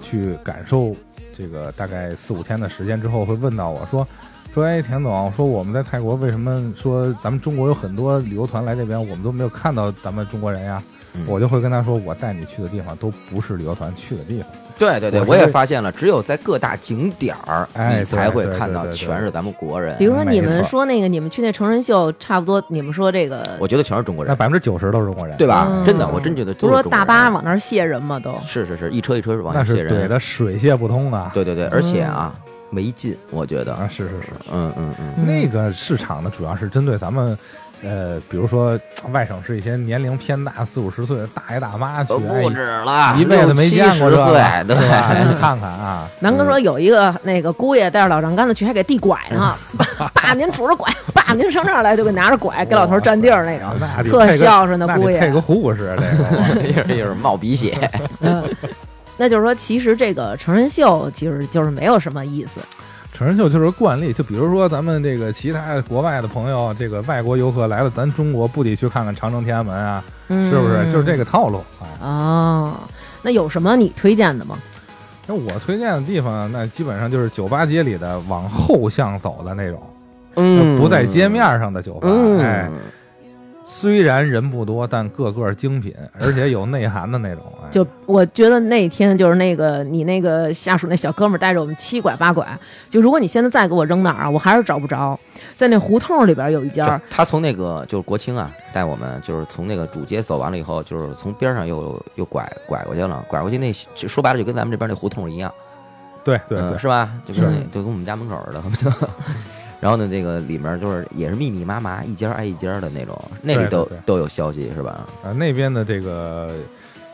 S4: 去感受这个大概四五天的时间之后，会问到我说。说哎，田总，说我们在泰国为什么说咱们中国有很多旅游团来这边，我们都没有看到咱们中国人呀？
S2: 嗯
S4: 我就会跟他说，我带你去的地方都不是旅游团去的地方。
S2: 对对对，
S4: 我是
S2: 我也发现了，只有在各大景点儿，
S4: 哎
S2: 你才会
S4: 对对
S2: 看到
S4: 对对对
S2: 全是咱们国人
S1: 比。如说你
S4: 没
S1: 们
S4: 错
S1: 说那个，你们去那成人秀，差不多你们说这个，
S2: 我觉得全是中国
S4: 那
S2: 人，
S4: 百分之九十都是中国人，
S2: 对吧？
S1: 嗯
S2: 真的，我真觉得
S1: 不
S2: 都
S1: 是
S2: 是
S1: 说
S2: 中国
S1: 大巴
S2: 人
S1: 往那儿卸人吗？都
S2: 是是是一车一车往
S4: 那
S2: 下卸
S4: 是怼
S2: 人，
S4: 的水泄不通啊！
S2: 对对对，而且啊没劲，我觉得，
S4: 啊，是是是。
S2: 嗯嗯嗯，
S1: 嗯
S4: 那个市场呢，主要是针对咱们呃，比如说外省市一些年龄偏大四五十岁的大爷大妈去，
S2: 都
S4: 哎
S2: 不止了，
S4: 一辈子没见过这个
S2: 六七十岁，
S4: 对吧？
S2: 对，
S4: 哎看 看啊，
S1: 南哥说有一个那个姑爷带着老丈杆子去，还给递拐 呢。爸，您拄着拐，爸您上这儿来就给拿着拐给老头占地儿那种，
S4: 那得
S1: 特
S4: 配个
S1: 孝顺的
S4: 那
S1: 姑
S4: 得
S1: 爷
S4: 配个护士，这个
S2: 一会儿一会儿冒鼻血，
S1: 嗯，那就是说，其实这个成人秀其实就是没有什么意思。
S4: 成人秀就是惯例，就比如说咱们这个其他国外的朋友，这个外国游客来了，咱中国不得去看看长城、天安门啊？
S1: 嗯，
S4: 是不是？就是这个套路啊。哎
S1: 哦。那有什么你推荐的吗？
S4: 那我推荐的地方，那基本上就是酒吧街里的往后巷走的那种，就不在街面上的酒吧。哎，
S2: 嗯，
S4: 虽然人不多，但个个精品，而且有内涵的那种。哎、
S1: 就我觉得那天就是那个你那个下属那小哥们儿带着我们七拐八拐，就如果你现在再给我扔哪儿啊，我还是找不着。在那胡同里边有一家
S2: 就，他从那个就是国庆啊，带我们就是从那个主街走完了以后，就是从边上又又拐拐过去了，拐过去那就说白了就跟咱们这边那胡同一样，
S4: 对对
S2: 嗯
S4: 对，
S2: 是吧？就跟
S1: 是
S2: 那就跟我们家门口似的，恨不得。 然后呢，这个里面就是也是密密麻麻，一家挨一家的那种，那里
S4: 对对
S2: 都
S4: 对
S2: 都有消息是吧？
S4: 呃，那边的这个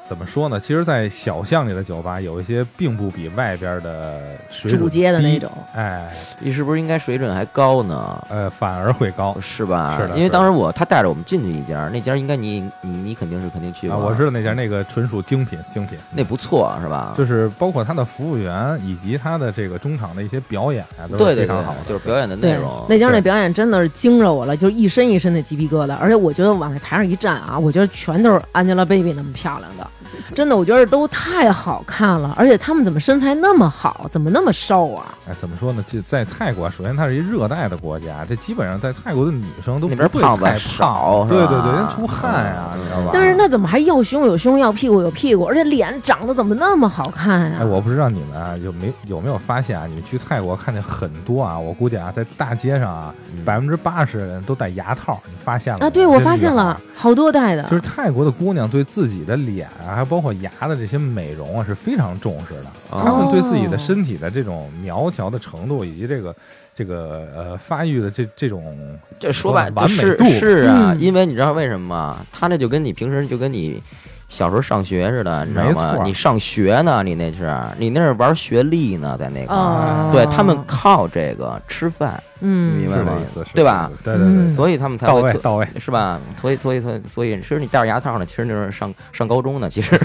S4: 怎么说呢？其实，在小巷里的酒吧，有一些并不比外边的水准
S1: 主街的
S4: 低
S1: 那种。
S4: 哎，
S2: 你是不是应该水准还高呢？
S4: 呃，反而会高。
S2: 是吧？
S4: 是的
S2: 因为
S4: 是的
S2: 当时我他带着我们进去一家，那家应该你你你肯定是肯定去
S4: 啊，
S2: 过，
S4: 我知道那家那个纯属精品，精品，
S2: 那不错是吧？
S4: 就是包括他的服务员以及他的这个中场的一些表演啊，都
S2: 对
S4: 是非
S2: 对对
S4: 常好的，，
S2: 就是表演的内容。
S1: 那家那
S4: 对
S1: 表演真的是惊着我了，就是一身一身的鸡皮疙瘩，而且我觉得往那台上一站啊，我觉得全都是 Angelababy 那么漂亮的，真的，我觉得都太好看了，而且他们怎么身材那么好，怎么那么瘦啊？
S4: 哎，怎么说呢？就在泰国，啊首先它是一热带的国家，这基本上在泰国的女生都不
S2: 那边
S4: 会
S2: 胖子
S4: 太
S2: 少
S4: 胖，
S2: 是
S4: 对
S2: 吧
S4: 对对，人出汗呀、
S2: 嗯
S4: 你知道吧？
S1: 但是那怎么还要胸有胸，要屁股有屁股，而且脸长得怎么那么好看呀、
S4: 哎，我不知道你们啊，有没有没有发现啊？你们去泰国看见很多啊，我估计啊，在大街上啊，
S2: 嗯
S4: 百分之八十的人都戴牙套，你发现了吗
S1: 啊，对，我发现了，，好多代的，
S4: 这女孩就是泰国的姑娘对自己的脸啊，还包括牙的这些美容啊，是非常重视的。
S2: 哦
S4: 她们对自己的身体的这种苗条的程度，以及这个这个呃发育的这这种
S2: 这说白
S4: 完美
S2: 是
S4: 度
S2: 是啊，
S1: 嗯
S2: 因为你知道为什么吗？他那就跟你平时就跟你小时候上学似的，你知道
S4: 没
S2: 吗？
S4: 错
S2: 你上学呢，你那是你那是玩学历呢，在那块儿。
S1: 哦，
S2: 对他们靠这个吃饭，
S1: 嗯，
S2: 明白
S4: 是
S2: 吗
S4: 这意思，是
S2: 对吧？
S4: 这意思对对对
S1: 嗯
S4: 对，
S2: 所以他们才
S4: 到
S2: 会
S4: 位
S2: 特
S4: 到位。
S2: 是吧？所以所以所以所以，其实你戴着牙套呢，其实就是上上高中呢，其实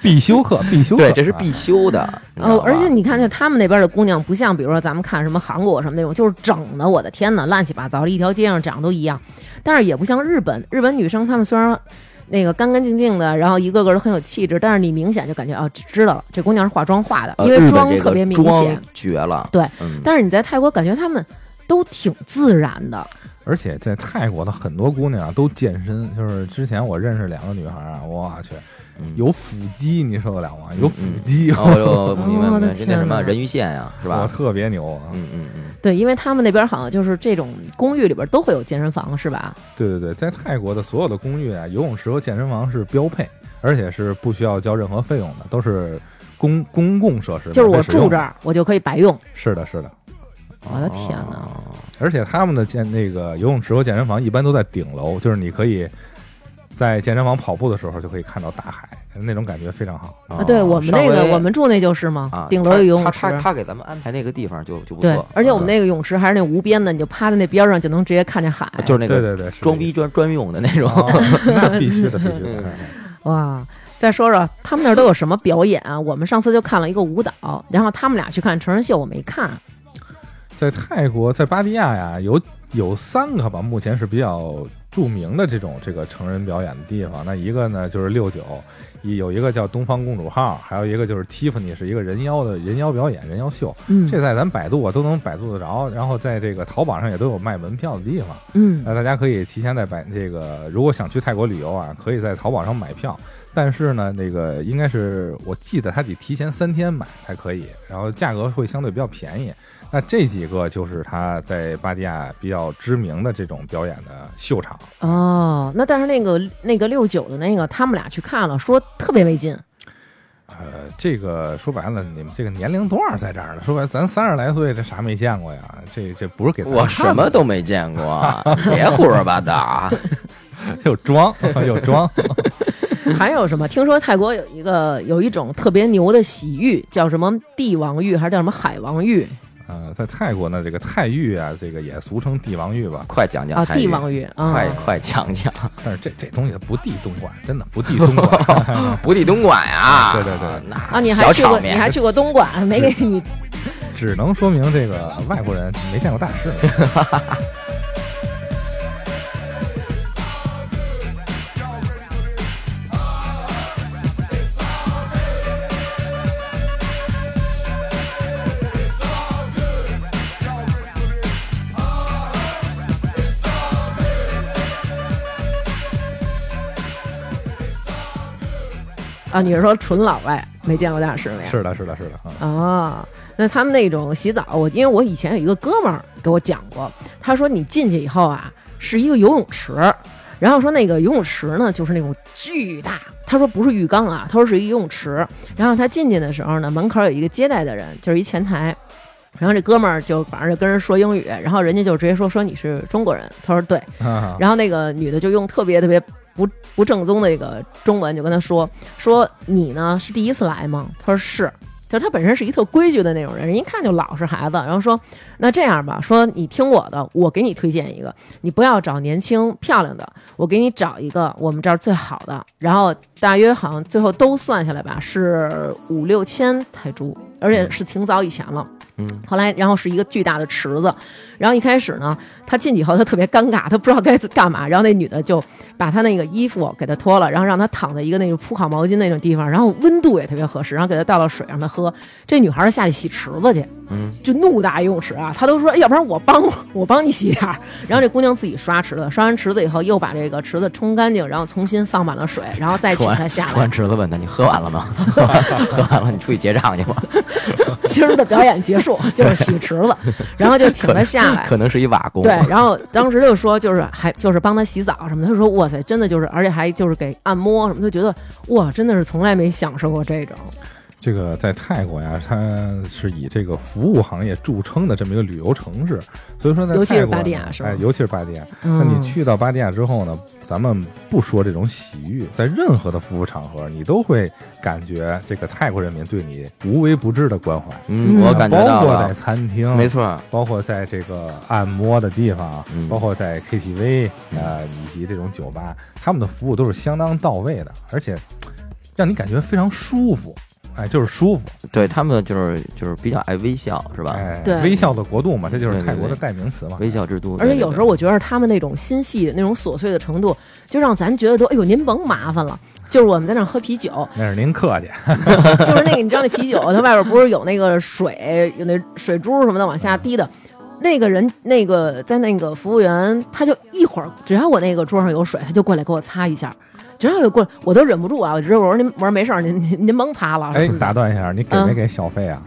S4: 必修课，必修课，
S2: 对，这是
S4: 啊
S2: 必修的。你知道
S1: 哦，
S2: 吧
S1: 而且你看，就他们那边的姑娘，不像比如说咱们看什么韩国什么那种，就是整的，我的天呐，乱七八糟，一条街上长得都一样。但是也不像日本，日本女生她们虽然那个干干净净的，然后一个个都很有气质，但是你明显就感觉啊，知知道了，这姑娘是化妆化的，
S2: 呃
S1: 因
S2: 日
S1: 为
S2: 本
S1: 妆
S2: 这
S1: 特
S2: 个
S1: 别明
S2: 妆
S1: 显。
S2: 绝了。
S1: 对
S2: 嗯，
S1: 但是你在泰国感觉她们都挺自然的，
S4: 而且在泰国的很多姑娘啊都健身，就是之前我认识两个女孩啊，我去
S2: 嗯哦
S4: 有腹肌，你受得了吗？有腹肌，
S2: 然后就你
S1: 哦我
S2: 们
S1: 的
S2: 那
S1: 天
S2: 什么
S1: 哪
S2: 人鱼线呀，嗯 是
S4: 我
S2: 吧？
S4: 特别牛啊！
S2: 嗯嗯嗯，
S1: 对，因为他们那边好像就是这种公寓里边都会有健身房，是吧？
S4: 对对对，在泰国的所有的公寓啊，游泳池和健身房是标配，而且是不需要交任何费用的，都是公公共设施，
S1: 就是我
S4: 免费使用
S1: 住这儿，我就可以白用。
S4: 是的，是的。
S1: 我的天
S2: 哦
S1: 哪！
S4: 而且他们的健那个游泳池和健身房一般都在顶楼，就是你可以在健身房跑步的时候就可以看到大海，那种感觉非常好。
S1: 啊，对我们那
S2: 上
S1: 个
S2: 回
S1: 我们住那就是嘛，
S2: 哦啊，
S1: 顶楼有游泳池。
S2: 他他他给咱们安排那个地方就就不
S1: 对
S2: 错，，啊嗯
S1: 而且我们那个泳池还是那无边的，你就趴在那边上就能直接看见海。
S2: 啊就是那
S4: 对
S2: 个
S4: 对对，是
S2: 装
S4: 的
S2: 逼专专用的那种。
S4: 哦那必须的，必须的。
S1: 哇！再说说他们那儿都有什么表演啊？我们上次就看了一个舞蹈，然后他们俩去看成人秀，我没看。
S4: 在泰国，在芭提雅呀，有有三个吧，目前是比较著名的这种这个成人表演的地方。那一个呢就是六九，一有一个叫东方公主号，还有一个就是 Tiffany，是一个人妖的人妖表演、人妖秀。
S1: 嗯，
S4: 这在咱百度啊都能百度得着，然后在这个淘宝上也都有卖门票的地方。
S1: 嗯
S4: 那大家可以提前在百这个，如果想去泰国旅游啊，可以在淘宝上买票。但是呢，那个应该是我记得它得提前三天买才可以，然后价格会相对比较便宜。那这几个就是它在芭提雅比较知名的这种表演的秀场。
S1: 哦，那但是那个那个六九的那个，他们俩去看了，说特别没劲。
S4: 呃，这个说白了，你们这个年龄段儿在这儿了。说白了，咱三十来岁，这啥没见过呀？这这不是给咱
S2: 我
S4: 看
S2: 什 么都没见过，别胡说八道。啊
S4: 的又装又装，
S1: 还有什么？听说泰国有一个有一种特别牛的洗浴，叫什么帝王浴还是叫什么海王浴
S4: 呃，在泰国呢，这个泰浴啊，这个也俗称帝王浴吧，
S2: 快讲
S1: 啊？
S2: 讲泰语
S1: 帝，王浴啊，
S2: 快快讲讲，
S4: 但是这这东西它不地东莞，真的不地东莞。
S2: 不地东莞 啊！
S4: 对对对，
S2: 那
S1: 啊，你还
S2: 小
S1: 去过
S2: 场
S1: 你
S2: 面，
S1: 还去过东莞， 没给你
S4: 只能说明这个外国人没见过大世面。
S1: 啊？你是说纯老外没见过大世面？
S4: 是的，是的，是的啊。
S1: 啊，那他们那种洗澡，我因为我以前有一个哥们儿给我讲过，他说你进去以后啊，是一个游泳池，然后说那个游泳池呢，就是那种巨大，他说不是浴缸啊，他说是一游泳池。然后他进去的时候呢，门口有一个接待的人，就是一前台。然后这哥们儿就反正就跟人说英语，然后人家就直接说说你是中国人，他说对，
S4: 啊
S1: 然后那个女的就用特别特别不不正宗的一个中文就跟他说说你呢是第一次来吗？他说是，就是他本身是一特规矩的那种人，人一看就老实孩子。然后说那这样吧，说你听我的，我给你推荐一个，你不要找年轻漂亮的，我给你找一个我们这儿最好的。然后大约好像最后都算下来吧，是五六千泰铢，而且是挺早以前了。
S2: 嗯，
S1: 后来，然后是一个巨大的池子，然后一开始呢，他进去以后他特别尴尬，他不知道该干嘛。然后那女的就把他那个衣服给他脱了，然后让他躺在一个那个铺好毛巾那种地方，然后温度也特别合适，然后给他倒了水让他喝。这女孩儿下去洗池子去，
S2: 嗯，
S1: 就怒大游泳池啊，他都说要不然我帮 我帮你洗点儿。然后这姑娘自己刷池子，刷完池子以后又把这个池子冲干净，然后重新放满了水，然后再
S2: 说
S1: 请
S2: 完
S1: 他下
S2: 说
S1: 来
S2: 完。池子问他：“你喝完了吗？ 喝完了，你出去结账去 吧。
S1: 今儿的表演结束就是洗池子，然后就请他下来”。
S2: 可能是一瓦工。
S1: 对，然后当时就说就是还就是帮他洗澡什么的，他说哇塞，真的就是，而且还就是给按摩什么，他觉得哇，真的是从来没享受过这种。
S4: 这个在泰国呀，它是以这个服务行业著称的这么一个旅游城市，所以说在
S1: 尤其是
S4: 泰国
S1: 芭提
S4: 呢
S1: 雅是吗
S4: 哎，尤其是芭提雅。那
S1: 嗯，
S4: 你去到芭提雅之后呢，咱们不说这种洗浴，在任何的服务场合，你都会感觉这个泰国人民对你无微不至的关怀，
S2: 嗯，
S1: 嗯
S2: 我感觉到
S4: 包括在
S2: 了，
S4: 餐厅，
S2: 没错儿，
S4: 包括在这个按摩的地方，啊
S2: 嗯
S4: 包括在 KTV 呃以及这种酒吧，他们的服务都是相当到位的，而且嘖让你感觉非常舒服，哎，就是舒服，
S2: 对他们就是就是比较爱微笑，是吧？
S4: 哎，
S1: 对
S4: 微笑的国度嘛，这就是
S2: 啊对对
S4: 泰国的
S2: 对
S4: 代名词嘛。
S2: 微笑之都。
S1: 而且
S2: 对
S1: 有时候，我觉得他们那种心细的那种琐碎的程度，就让咱觉得都哎呦您甭麻烦了。就是我们在那儿喝啤酒，
S4: 那是您客气，啊
S1: 就是那个你知道那啤酒它外边不是有那个水有那水珠什么的往下滴的。那个人，那个在那个服务员，他就一会儿，只要我那个桌上有水，他就过来给我擦一下，只要有过来，我都忍不住啊！我直接我说您，我说没事儿，您您您甭擦了。
S4: 哎，打断一下，你给
S1: 嗯
S4: 没给小费啊？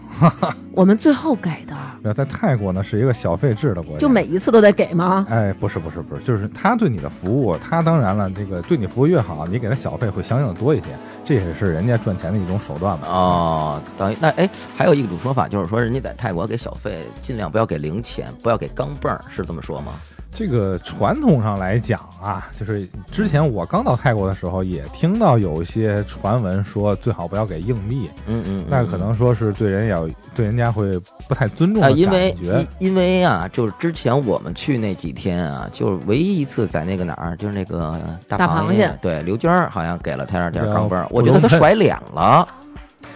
S1: 我们最后给的，
S4: 然后在泰国呢是一个小费制的国家，
S1: 就每一次都得给吗？
S4: 哎，不是不是不是，就是他对你的服务，他当然了，这个对你服务越好，你给他小费会相应的多一些，这也是人家赚钱的一种手段嘛。
S2: 哦，等于那哎，还有一种说法就是说，人家在泰国给小费，尽量不要给零钱，不要给钢镚儿，是这么说吗？
S4: 这个传统上来讲啊，就是之前我刚到泰国的时候，也听到有一些传闻说最好不要给硬币，
S2: 嗯嗯，嗯
S4: 那可。能说是对人有对人家会不太尊重
S2: 啊，
S4: 的
S2: 因为
S4: 感觉。
S2: 因因为啊，就是之前我们去那几天啊，就是唯一一次在那个哪儿，就是那个大
S1: 大
S2: 螃
S1: 螃蟹
S2: 对，刘娟儿好像给了他点点
S4: 对啊
S2: 钢镚儿，
S4: 普
S2: 我觉得他
S4: 通
S2: 甩脸了。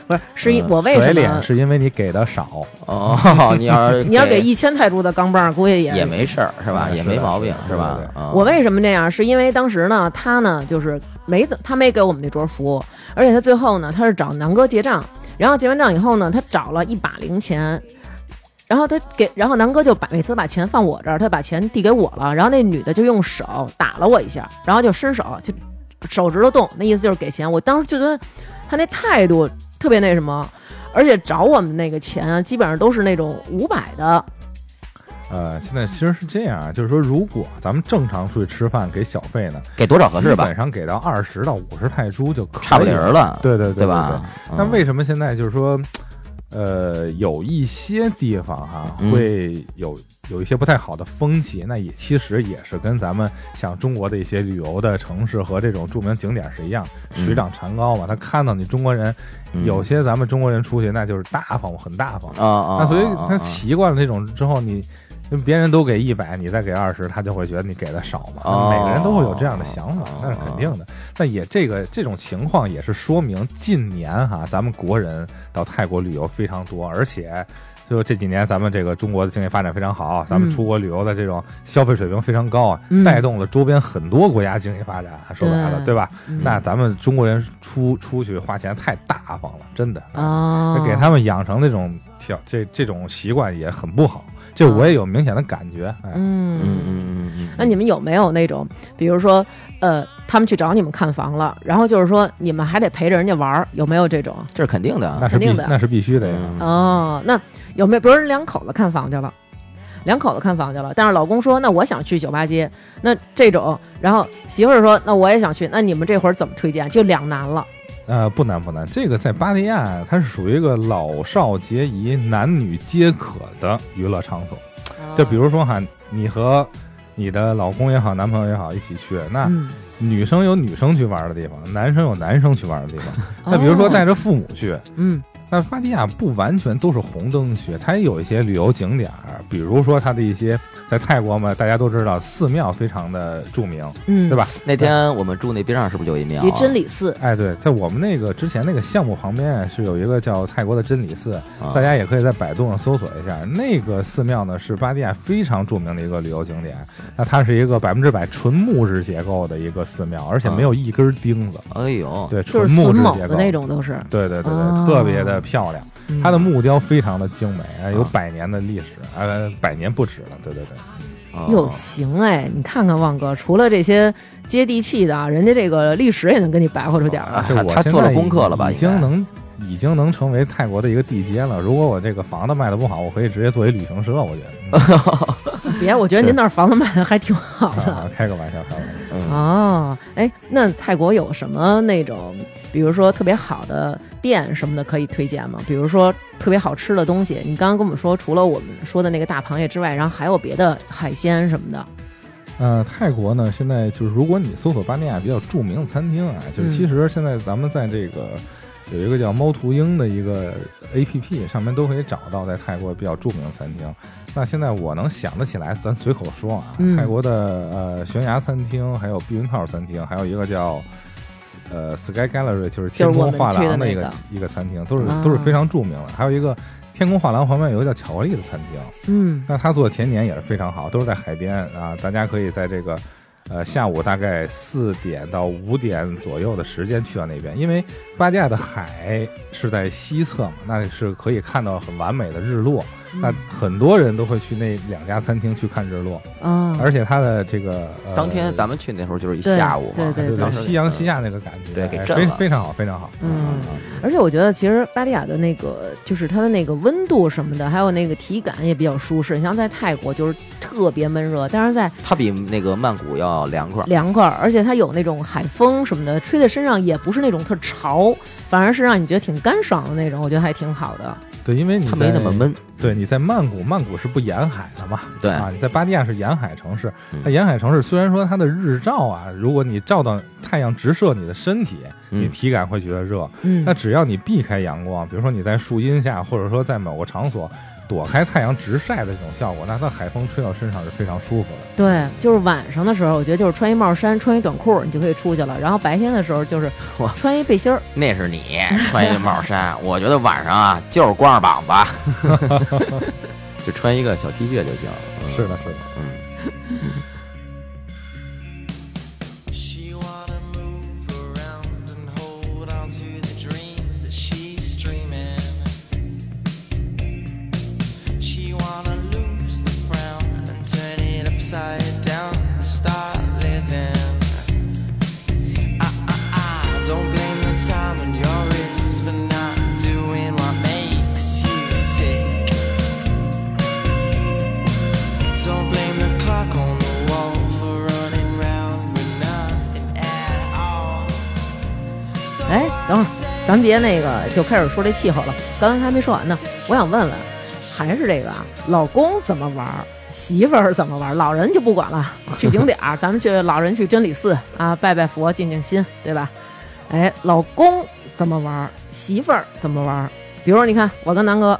S1: 不是，是因
S2: 嗯
S1: 我为
S4: 甩
S1: 什
S4: 呃脸
S1: 么？
S4: 是因为你给的少，
S2: 哦，你 要是
S1: 你要给一千泰铢的钢镚儿，估计
S2: 也没事儿是吧？
S4: 嗯
S2: 也
S4: 是的
S2: 没毛病
S4: 是的
S2: 是吧
S4: 对对？
S2: 啊
S1: 我为什么那样？是因为当时呢，他呢就是没怎他没给我们那桌服务，而且他最后呢，他是找南哥结账，然后结完账以后呢，他找了一把零钱。然后他给，然后南哥就把每次把钱放我这儿，他把钱递给我了。然后那女的就用手打了我一下，然后就伸手就手指头动，那意思就是给钱。我当时就觉得他那态度特别那啊什么，而且找我们那个钱基本上都是那种五百的，
S4: 呃，现在其实是这样啊，就是说，如果咱们正常出去吃饭给小费呢，
S2: 给多少啊合适
S4: 基
S2: 吧
S4: 本，上给到二十到五十泰铢就可以
S2: 差不离儿了，
S4: 对对对
S2: 对吧？
S4: 那
S2: 嗯
S4: 为什么现在就是说，呃，有一些地方哈、
S2: 嗯
S4: 会有有一些不太好的风气？那也其实也是跟咱们像中国的一些旅游的城市和这种著名景点是一样，
S2: 嗯
S4: 水涨船高嘛。他看到你中国人，
S2: 嗯
S4: 有些咱们中国人出去那就是大方，很大方。
S2: 啊啊，
S4: 那所以
S2: 啊啊
S4: 他
S2: 啊
S4: 习惯了这种之后，你。因为别人都给一百，你再给二十，他就会觉得你给的少嘛。
S2: 哦
S4: 每个人都会有这样的想法，
S2: 哦
S4: 那是肯定的。那也这个这种情况也是说明近年哈，咱们国人到泰国旅游非常多，而且就这几年咱们这个中国的经济发展非常好，咱们
S1: 嗯
S4: 出国旅游的这种消费水平非常高啊，
S1: 嗯
S4: 带动了周边很多国家经济发展。说白了，
S1: 对
S4: 对吧？
S1: 嗯
S4: 那咱们中国人出出去花钱太大方了，真的。
S1: 哦
S4: 那，给他们养成这种挑这这种习惯也很不好，这我也有明显的感觉。哎，
S1: 嗯
S2: 嗯嗯嗯嗯，
S1: 那你们有没有那种，比如说，呃，他们去找你们看房了，然后就是说你们还得陪着人家玩儿，有没有这种？
S2: 这是肯定的
S4: 那
S2: 啊，
S4: 是必
S1: 肯定的
S4: 那是必须的呀。
S2: 嗯
S1: 哦，那有没有？比如人两口子看房去了，两口子看房去了，但是老公说那我想去酒吧街，那这种，然后媳妇儿说那我也想去，那你们这会儿怎么推荐？就两难了。
S4: 呃，不难不难，这个在芭提雅它是属于一个老少皆宜、男女皆可的娱乐场所。
S1: 哦
S4: 就比如说哈，你和你的老公也好，男朋友也好一起去，那
S1: 嗯，
S4: 女生有女生去玩的地方，男生有男生去玩的地 方。那
S1: 哦
S4: 比如说带着父母去，
S1: 嗯
S4: 那芭提雅不完全都是红灯区，它也有一些旅游景点儿，比如说它的一些在泰国嘛，大家都知道寺庙非常的著名，
S1: 嗯，
S4: 对吧？
S2: 那天我们住那边上是不是有一庙啊？
S1: 离真理寺，
S4: 哎，对，在我们那个之前那个项目旁边是有一个叫泰国的真理寺，
S2: 啊
S4: 大家也可以在百度上搜索一下。那个寺庙呢是芭提雅非常著名的一个旅游景点，那它是一个百分之百纯木质结构的一个寺庙，而且没有一根钉子，
S2: 哎呦，
S4: 对，
S1: 就
S4: 纯
S1: 是
S4: 木
S1: 榫
S4: 质
S1: 卯
S4: 结
S1: 的
S4: 构
S1: 那。种，都是。
S4: 对对对
S1: 哦
S4: 对，特别的漂亮，
S1: 嗯
S4: 它的木雕非常的精美，呃有
S2: 啊
S4: 百年的历史，呃，百年不止了。对对对，
S2: 啊
S1: 哟，行哎，你看看旺哥，除了这些接地气的啊，人家这个历史也能给你白活出点儿来。啊
S4: 就我
S2: 他
S4: 现
S2: 做了
S4: 在
S2: 功课了
S4: 已
S2: 吧
S4: 已
S2: 应该
S4: 经能。已经能成为泰国的一个地接了。如果我这个房子卖的不好，我可以直接做一旅行社，我觉得。嗯
S1: 别，我觉得您那儿房子卖的还挺好的。
S4: 啊，开个玩笑，开个玩笑。
S2: 嗯
S1: 哦，哎，那泰国有什么那种，比如说特别好的店什么的可以推荐吗？比如说特别好吃的东西，你刚刚跟我们说，除了我们说的那个大螃蟹之外，然后还有别的海鲜什么的。
S4: 呃，泰国呢，现在就是如果你搜索巴尼亚比较著名的餐厅啊，就
S1: 嗯
S4: 是其实现在咱们在这个。有一个叫猫头鹰的一个 A P P，上面都可以找到在泰国比较著名的餐厅。那现在我能想得起来，咱随口说啊，
S1: 嗯
S4: 泰国的呃悬崖餐厅，还有避孕套餐厅，还有一个叫呃 Sky Gallery，就是天
S1: 就是我
S4: 空
S1: 们
S4: 画
S1: 去的
S4: 廊
S1: 那
S4: 一个
S1: 个
S4: 一个餐厅，都是
S1: 啊
S4: 都是非常著名的。还有一个天空画廊旁边有一个叫巧克力的餐厅，
S1: 嗯
S4: 那他做的甜点也是非常好，都是在海边啊，大家可以在这个呃下午大概四点到五点左右的时间去到那边，因为巴加的海是在西侧嘛，那是可以看到很完美的日落。那很多人都会去那两家餐厅去看日落，
S1: 啊，
S4: 而且它的这个、呃、哎
S2: 当天咱们去那时候就是一
S1: 对
S2: 下午嘛，
S1: 对
S4: 对对
S2: 当时
S4: 夕阳西下那个感觉，
S2: 对给
S4: 哎
S2: 震
S4: 非
S2: 了
S4: 非常好，非常好。
S1: 嗯，而且我觉得其实巴利亚的那个就是它的那个温度什么的，还有那个体感也比较舒适。你像在泰国就是特别闷热，但是在
S2: 它比那个曼谷要凉快。
S1: 凉快，而且它有那种海风什么的，吹在身上也不是那种特潮，反而是让你觉得挺干爽的那种，我觉得还挺好的。
S4: 对，因为你
S2: 它没那
S4: 在
S2: 么闷，
S4: 对，你在曼谷，曼谷是不沿海的嘛？
S2: 对
S4: 啊，你在芭提雅是沿海城市
S2: 嗯。
S4: 那沿海城市虽然说它的日照啊，如果你照到太阳直射你的身体，你
S2: 嗯
S4: 体感会觉得热。
S1: 嗯
S4: 那只要你避开阳光，比如说你在树荫下，或者说在某个场所躲开太阳直晒的这种效果，那它海风吹到身上是非常舒服的。
S1: 对，就是晚上的时候，我觉得就是穿一帽衫，穿一短裤，你就可以出去了。然后白天的时候，就是
S2: 哇
S1: 穿一背心儿，
S2: 那是你穿一个帽衫，我觉得晚上啊就是光着 膀子，就穿一个小 T 恤就行。嗯
S4: 是，的，是的。
S6: She wanna move around and hold on to the dreams that she's dreaming. She wanna lose the frown and turn it upside down and start living. I, I, I don't blame the time on your wrist for not doing what makes you tick.
S1: 哎等会儿咱别那个就开始说这气候了，刚才还没说完呢。我想问问，还是这个啊，老公怎么玩儿？媳妇儿怎么玩儿？老人就不管了，去景点儿，咱们去老人去真理寺啊，拜拜佛，静静心，对吧？哎，老公怎么玩儿？媳妇儿怎么玩儿？比如你看，我跟南哥，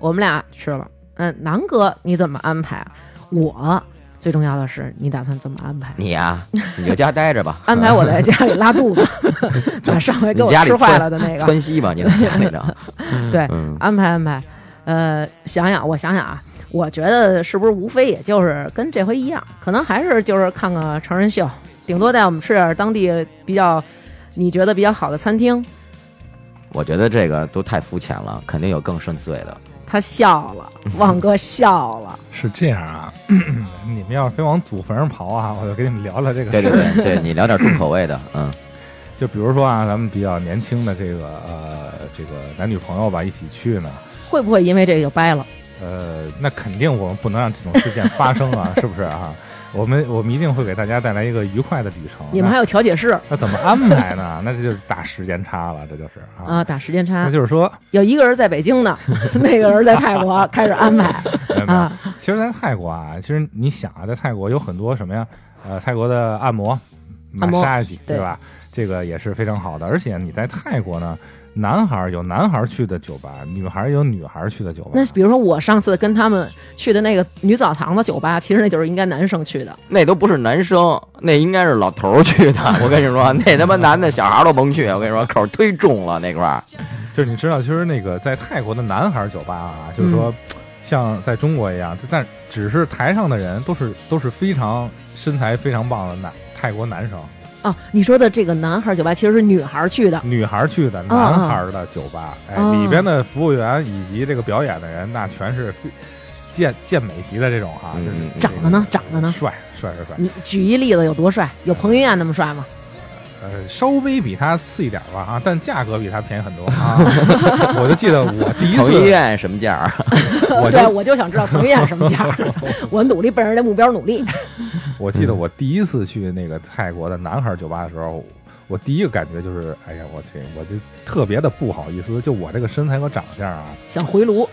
S1: 我们俩去了，嗯，南哥你怎么安排？我最重要的是，你打算怎么安排？，
S2: 你呀、你就家待着吧
S1: 安排我在家里拉 肚子，把上回给
S2: 你
S1: 我
S2: 家里
S1: 吃坏
S2: 窜
S1: 了的那个，
S2: 窜稀吧，你在家里头。
S1: 对
S2: 嗯，
S1: 安排安排。呃，想想我想想啊，我觉得是不是无非也就是跟这回一样，可能还是就是看个成人秀，顶多带我们吃点当地比较你觉得比较好的餐厅。
S2: 我觉得这个都太肤浅了，肯定有更深邃的。
S1: 他笑了，
S2: 嗯
S1: 旺哥笑了，
S4: 是这样啊， 你们要是非往祖坟上刨啊，我就跟你们聊聊这个。
S2: 对对对对，你聊点重口味的，嗯，
S4: 就比如说啊，咱们比较年轻的这个呃这个男女朋友吧，一起去呢，
S1: 会不会因为这个就掰了？
S2: 哦
S4: 呃，那肯定我们不能让这种事件发生 啊，是不是啊？我们我们一定会给大家带来一个愉快的旅程。
S1: 你们还有调解室
S4: 那那怎么安排呢？ 那这就是打时间差了，这就是啊。
S1: 啊，打时间
S4: 那
S1: 差，
S4: 就 是说，
S1: 有一个人在北京 呢，那个人在泰国，开始安排
S4: 没有没有
S1: 啊，
S4: 其实，在泰国啊，其实你想啊，在泰国有很多什么呀？呃，泰国的按摩、马
S1: 按摩
S4: 杀鸡，
S1: 对
S4: 对吧？这个也是非常好的。而且你在泰国呢，男孩儿有男孩儿去的酒吧，女孩儿有女孩儿去的酒吧
S1: 那。比如说我上次跟他们去的那个女澡堂子酒吧，其实那就是应该男生去的。
S2: 那都不是男生，那应该是老头儿去的。我跟你说，那他妈男的小孩儿都甭去。我跟你说，口儿忒重了那块儿。
S4: 就是你知道，其实那个在泰国的男孩儿酒吧啊，就是说，像在中国一样，但只是台上的人都是都是非常身材非常棒的男泰国男生，
S1: 哦，你说的这个男孩酒吧其实是女孩去的，
S4: 女孩儿去的男孩儿的酒吧，
S1: 哦
S4: 哎，里边的服务员以及这个表演的人，那全是非健健美级的这种啊，
S2: 嗯
S4: 就是
S2: 嗯嗯
S1: 长得呢，长得呢，
S4: 帅帅是帅，
S1: 你举一例子有多帅？有彭于晏那么帅吗？
S4: 呃，稍微比他次一点吧啊，但价格比他便宜很多啊。我就记得我第一
S2: 彭于
S4: 次，
S2: 晏什么价儿？
S4: 我
S1: 对，啊
S4: 就
S1: 我就想知道彭于晏什么 价。我努力奔着这目标努力。
S4: 我
S2: 嗯
S4: 记得我第一次去那个泰国的男孩儿酒吧的时候。我第一个感觉就是，哎呀，我去，我就特别的不好意思，就我这个身材和长相啊，
S1: 想回炉，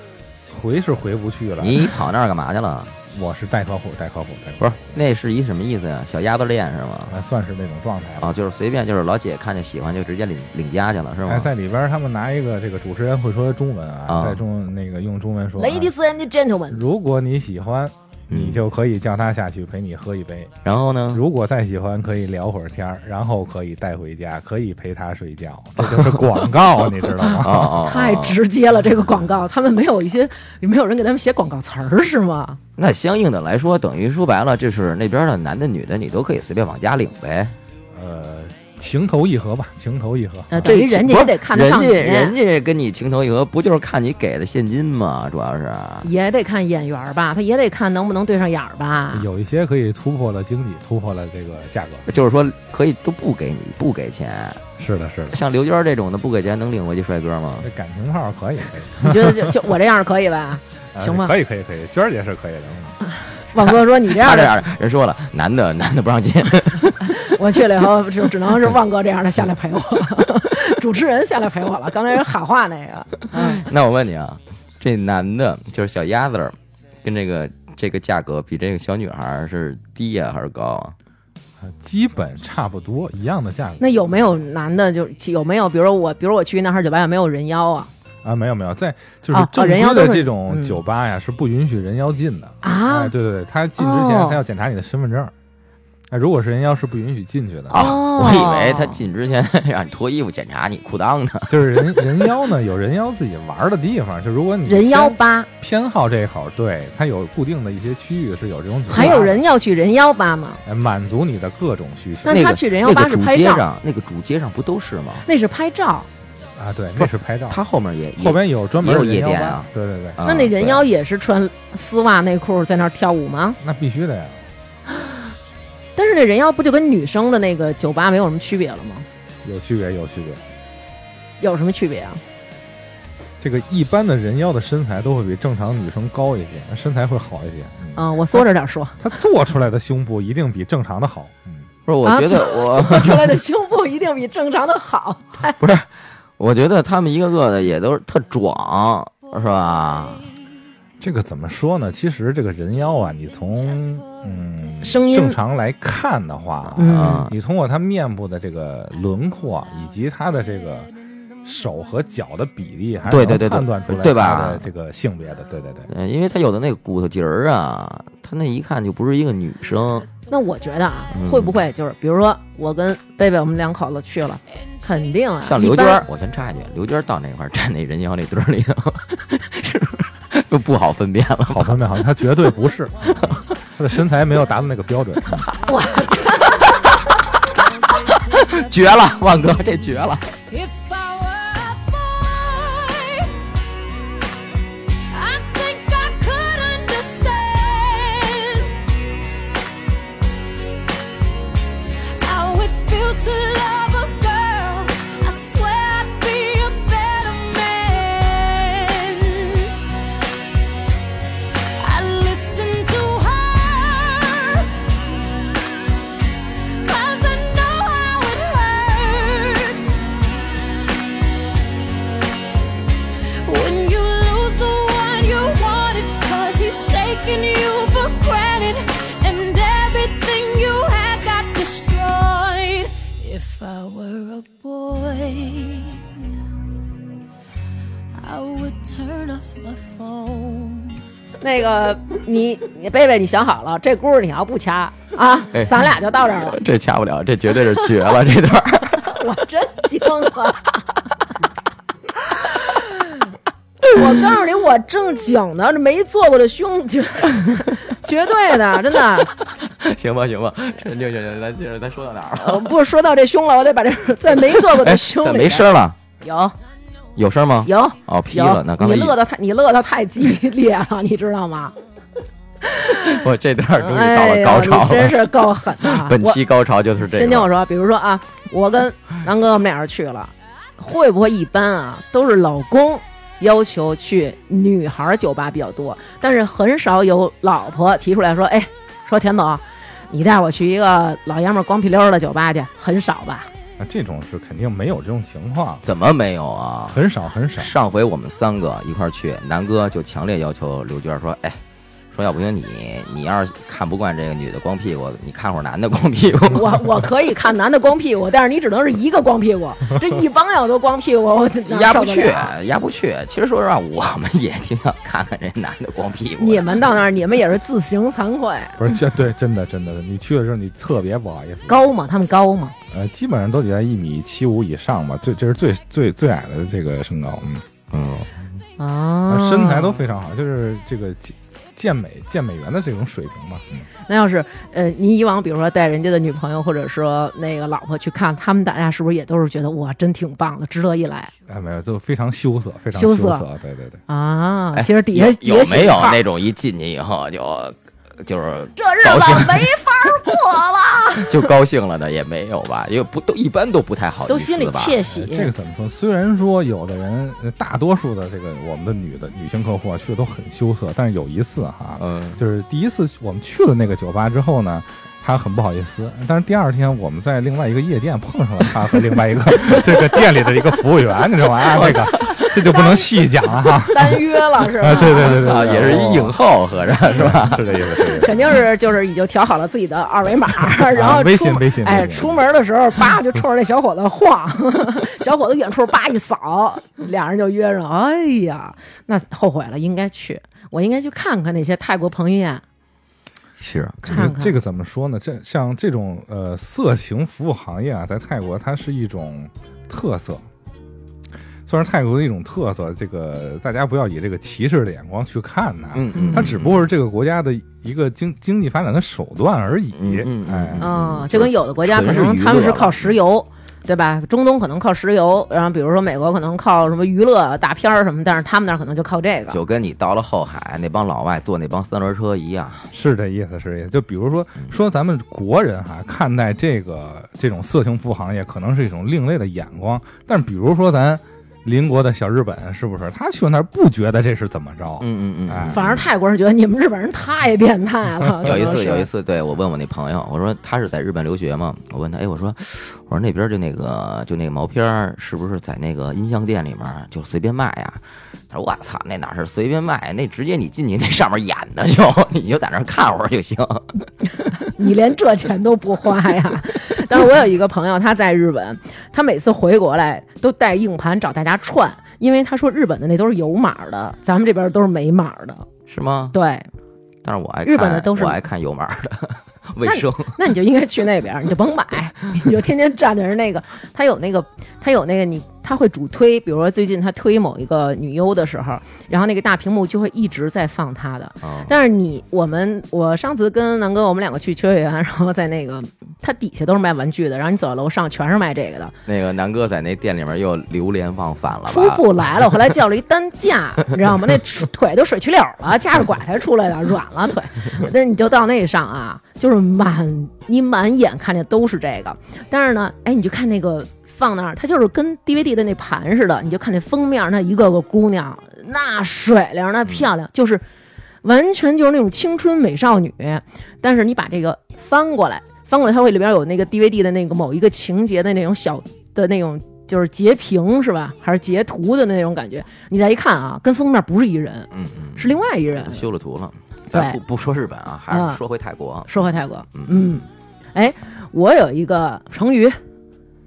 S4: 回是回不去了。
S2: 你跑那儿干嘛去了？
S4: 我是带客户，带客户，带客户
S2: 不是，那是一什么意思呀？小鸭子恋是吗？
S4: 啊，算是那种状态吧。
S2: 啊，就是随便，就是老姐看见喜欢就直接领领家去了是
S4: 哎，
S2: 吗？
S4: 在里边儿他们拿一个这个主持人会说中文啊，
S2: 啊
S4: 在中那个用中文说啊、
S5: ，Ladies and Gentlemen，
S4: 如果你喜欢，
S2: 嗯
S4: 你就可以叫他下去陪你喝一杯；
S2: 然后呢？
S4: 如果再喜欢，可以聊会儿天儿，然后可以带回家，可以陪他睡觉。这就是广 告，你知道
S2: 哦
S4: 吗？
S2: 哦，哦
S1: 太。直接了，这个广告，他们没有一些，没有人给他们写广告词儿是吗？
S2: 那相应的来说，等于说白了，就是那边的男的女的，你都可以随便往家领呗。
S4: 呃，情投意合吧，情投意合。
S1: 呃，
S2: 这
S1: 等于人家也得看得上你，
S2: 人家人家跟你情投意合，不就是看你给的现金吗？主要是，
S1: 也得看眼缘儿吧，他也得看能不能对上眼儿吧。
S4: 啊有一些可以突破了经济，突破了这个价格。
S2: 就是说可以都不给你不给钱，
S4: 是的，是的，
S2: 像刘娟这种的不给钱能领回去帅哥吗？
S4: 这感情炮可以，可以
S1: 你觉得就就我这样可以吧？
S4: 呃
S1: 行吧
S4: 可以，可以，可以。娟儿姐是可以的。嗯
S1: 旺哥说你这
S2: 他
S1: 样
S2: 这
S1: 的，
S2: 样人说了，男的男的不让进，
S1: 我去了以后就只能是旺哥这样的下来陪我， 主持人下来陪我了。刚才人喊话那个，嗯，
S2: 那我问你啊，这男的就是小鸭子儿，跟这个这个价格比这个小女孩儿是低呀、还是高
S1: 哦
S2: 啊？
S4: 呃基本差不多一样的价格。
S1: 那有没有男的就有没有，比如说我，比如我去那哈酒吧有没有人妖啊？
S4: 啊，没有没有，在就是
S1: 哦哦
S4: 正
S1: 人妖
S4: 规
S1: 都
S4: 的
S1: 是
S4: 这种
S1: 嗯
S4: 酒吧呀，是不允许人妖进的
S1: 啊
S4: 哎对对对，他进之前
S1: 哦
S4: 他要检查你的身份证儿，哎，如果是人妖是不允许进去的。
S2: 啊、
S1: 哦
S2: 我以为他进之前 让你脱衣服检查你裤裆呢。
S4: 就是人人妖呢，有人妖自己玩儿的地方，就如果你
S1: 人妖
S4: 偏
S1: 吧，
S4: 偏好这一口，对，它有固定的一些区域是有这种酒吧的，
S1: 还有人要去人妖吧吗？
S4: 哎满足你的各种需求
S1: 那他去人妖吧
S2: 那个
S1: 是
S2: 主
S1: 拍
S2: 街
S1: 照，
S2: 上，那个主街上不都是吗？
S1: 那是拍照，
S4: 啊，对，
S2: 不
S4: 那是拍照，
S2: 他后面也
S4: 后边有专门
S2: 也
S4: 的
S2: 有夜
S4: 人妖
S2: 店
S4: 吧
S2: 啊
S4: 对对对，
S2: 啊
S1: 那那人妖
S2: 对
S1: 也是穿丝袜内裤在那儿跳舞吗？
S4: 那必须的呀。
S1: 但是那人妖不就跟女生的那个酒吧没有什么区别了吗？
S4: 有区别，有区别。
S1: 有什么区别啊？
S4: 这个一般的人妖的身材都会比正常女生高一些，身材会好一些。嗯
S1: 嗯，我缩着点 说，
S4: 他做出来的胸部一定比正常的好。嗯，
S2: 不是，我
S1: 啊
S2: 觉得我、
S1: 出来的胸部一定比正常的好。
S2: 我觉得他们一个个的也都是特壮，是吧？
S4: 这个怎么说呢？其实这个人妖啊，你从嗯
S1: 声音
S4: 正常来看的话，啊
S2: 啊
S1: 嗯
S4: 你通过他面部的这个轮廓啊以及他的这个手和脚的比例，还是
S2: 对
S4: 能
S2: 对对对
S4: 判断出来
S2: 对吧
S4: 他的这个性别的，对对对。
S2: 嗯，因为他有的那个骨头节儿啊，他那一看就不是一个女生。
S1: 那我觉得啊
S2: 嗯，
S1: 会不会就是比如说我跟贝贝我们两口子去了，肯定啊，
S2: 像
S1: 一
S2: 刘
S1: 般
S2: 娟儿，我先插一句，刘娟儿到那块儿站那人妖那堆儿里头，是不是就不好分辨了？
S4: 好方面好像他绝对不是，啊 他的身材没有达到那个标准。
S2: 绝了，万哥这绝了！
S7: If I were a boy, I think I could understand how it feels to love a girl. I swear I'd be a better man. I listen to her, 'cause I know how it hurts. When you lose the one you wanted, cause he's taking you for granted, and everything you had got destroyed. If I were a boy, I would turn off my phone.
S1: 那个你你贝贝，你想好了，这轱辘你要不掐啊，
S2: 哎
S1: 咱俩就到这儿 了。
S2: 这掐不了，这绝对是绝了，这段儿
S1: 我真惊了。 我告诉你，我正经的，这没做过的胸绝 绝对的，真的。
S2: 行吧行吧，这行行行，咱接着咱说到哪儿了？
S1: 呃不是说到这胸了，我得把这在没做过
S2: 哎
S1: 的，胸里
S2: 怎么
S1: 边，
S2: 没声了？
S1: 有
S2: 有声吗？
S1: 有
S2: 哦，劈
S1: 有
S2: 了呢。，刚
S1: 你
S2: 才
S1: 乐的太你乐的太激烈了，你知道吗？
S2: 我哦这段儿终于到
S1: 哎
S2: 了
S1: 呦，
S2: 高潮
S1: 你真
S2: 了。。
S1: 是够狠的
S2: 本
S1: 我
S2: 期高潮就是这
S1: 先听我
S2: 个。
S1: 说，比如说啊，我跟南哥我们俩人去了，会不会一般啊都是老公要求去女孩酒吧比较多，但是很少有老婆提出来说，哎，说田总，你带我去一个老爷们儿光屁溜儿的酒吧去，很少吧？
S4: 那这种是肯定没有这种情况，
S2: 怎么没有啊？
S4: 很少很少。
S2: 上回我们三个一块儿去，南哥就强烈要求刘娟说：“哎，说要不行你你要是看不惯这个女的光屁股，你看会儿男的光屁股。
S1: 我我可以看男的光屁股，但是你只能是一个光屁股，这一帮要都光屁股，我哪
S2: 压
S1: 受
S2: 不
S1: 得
S2: 去
S1: 了，
S2: 压不去。其实说实话，我们也挺想看看这男的光屁股的。
S1: 你们到那儿，你们也是自行惭愧。
S4: 不是，这对，真的真的，你去的时候你特别不好意思。
S1: 高吗？他们高吗？
S4: 呃，基本上都得在一米七五以上吧，最这是最最最矮的这个身高，嗯，
S2: 嗯，
S1: 啊，
S4: 身材都非常好，就是这个健健美健美员的这种水平吧。嗯
S1: 那要是呃，你以往比如说带人家的女朋友或者说那个老婆去看，他们大家是不是也都是觉得哇，真挺棒的，值得一来
S4: 哎，没有，都非常羞涩，非常
S1: 羞
S4: 羞
S1: 涩
S4: 对对对，
S1: 啊
S2: 哎？
S1: 其实底下
S2: 有
S1: 底
S2: 有
S1: 下
S2: 没
S1: 写
S2: 有
S1: 一块儿
S2: 那种一进去以后就就是
S5: 这日
S2: 高兴
S5: 子没法过了。
S2: 就高兴了的也没有吧？也不都一般都不太好 意思吧，
S1: 都心里窃喜
S4: 哎？这个怎么说？虽然说有的人，呃大多数的这个我们的女的女性客户啊，去的都很羞涩，但是有一次哈，
S2: 嗯，
S4: 就是第一次我们去了那个酒吧之后呢，她很不好意思。但是第二天我们在另外一个夜店碰上了她和 另外一个这个店里的一个服务员，你知道吗？啊，这个这就不能细讲了哈。
S1: 单约了是
S4: 啊，
S1: 吧？
S4: 对对对对
S2: 啊，
S4: 对，
S2: 也是一影啊后，合着是吧？
S4: 吧？是这意思，是这意思。
S1: 肯定是就是已经调好了自己的二维码，
S2: 啊
S1: 然后出
S4: 微信微信
S1: 哎，
S4: 微信
S1: 出门的时候叭就冲着那小伙子晃， 小伙子远处叭一扫，俩人就约上。哎呀，那后悔了，应该去，我应该去看看那些泰国彭于晏，
S2: 是，啊
S1: 看看
S4: 这个怎么说呢？这像这种呃色情服务行业啊，在泰国它是一种特色，算是泰国的一种特色。这个大家不要以这个歧视的眼光去看它，
S2: 嗯嗯，
S4: 它只不过是这个国家的一个经经济发展的手段而已。
S2: 嗯嗯嗯
S4: 哎，
S1: 嗯，
S2: 嗯
S1: 就跟有的国家可
S2: 纯是
S1: 能
S2: 娱
S1: 他们
S2: 乐啊
S1: 是
S2: 了
S1: 靠石油，对吧？中东可能靠石油，然后比如说美国可能靠什么娱乐大片儿什么，但是他们那儿可能就靠这个。
S2: 就跟你到了后海那帮老外坐那帮三轮车一样，
S4: 是这意思，是这意思。就比如说
S2: 嗯
S4: 说咱们国人哈、看待这个这种色情服务行业，可能是一种另类的眼光。但是比如说咱邻国的小日本，是不是？他去那儿不觉得这是怎么着？
S2: 嗯嗯
S4: 哎
S2: 嗯
S1: 反而泰国人觉得你们日本人太变态 了。
S2: 嗯。有一
S1: 可能
S2: 次，
S1: 是
S2: 有一次，对我问我那朋友，我说他是在日本留学嘛？我问他，哎，我说，我说那边就那个就那个毛片儿，是不是在那个音像店里面就随便卖呀？他说我操，那哪是随便卖，那直接你进去那上面演的就， 你就在那儿看会儿就行。
S1: 你连这钱都不花呀？但是我有一个朋友，他在日本，他每次回国来都带硬盘找大家串，因为他说日本的那都是有码的，咱们这边都是没码的。
S2: 是吗？
S1: 对，
S2: 但是我爱看
S1: 日本的都是
S2: 我爱看有码的 卫生，
S1: 那你就应该去那边，你就甭买，你就天天站在人那个，他有那个，他有那个你。他会主推，比如说最近他推某一个女优的时候，然后那个大屏幕就会一直在放她的，
S2: 嗯
S1: 但是你我们我上次跟南哥我们两个去秋叶原，然后在那个它底下都是卖玩具的，然后你走到楼上全是卖这个的，
S2: 那个南哥在那店里面又流连忘返了吧？
S1: 出不来了。我后来叫了一单价，你知 道吗？那水腿都水去溜了，夹着拐才出来的，软了腿。那你就到那上啊，就是满你满眼看见都是这个，但是呢，哎，你就看那个放那儿，它就是跟 DVD 的那盘似的，你就看那封面，那一个个姑娘，那水灵，那漂亮，就是完全就是那种青春美少女。但是你把这个翻过来，翻过来，它会里边有那个 DVD 的那个某一个情节的那种小的那种。就是截屏是吧？还是截图的那种感觉？你再一看啊，跟封面不是一人，
S2: 嗯嗯，
S1: 是另外一人。
S2: 修了图了。咱
S1: 对
S2: 不不说日本啊，还
S1: 嗯
S2: 是说回泰国，
S1: 说回泰国，嗯，哎，我有一个成语，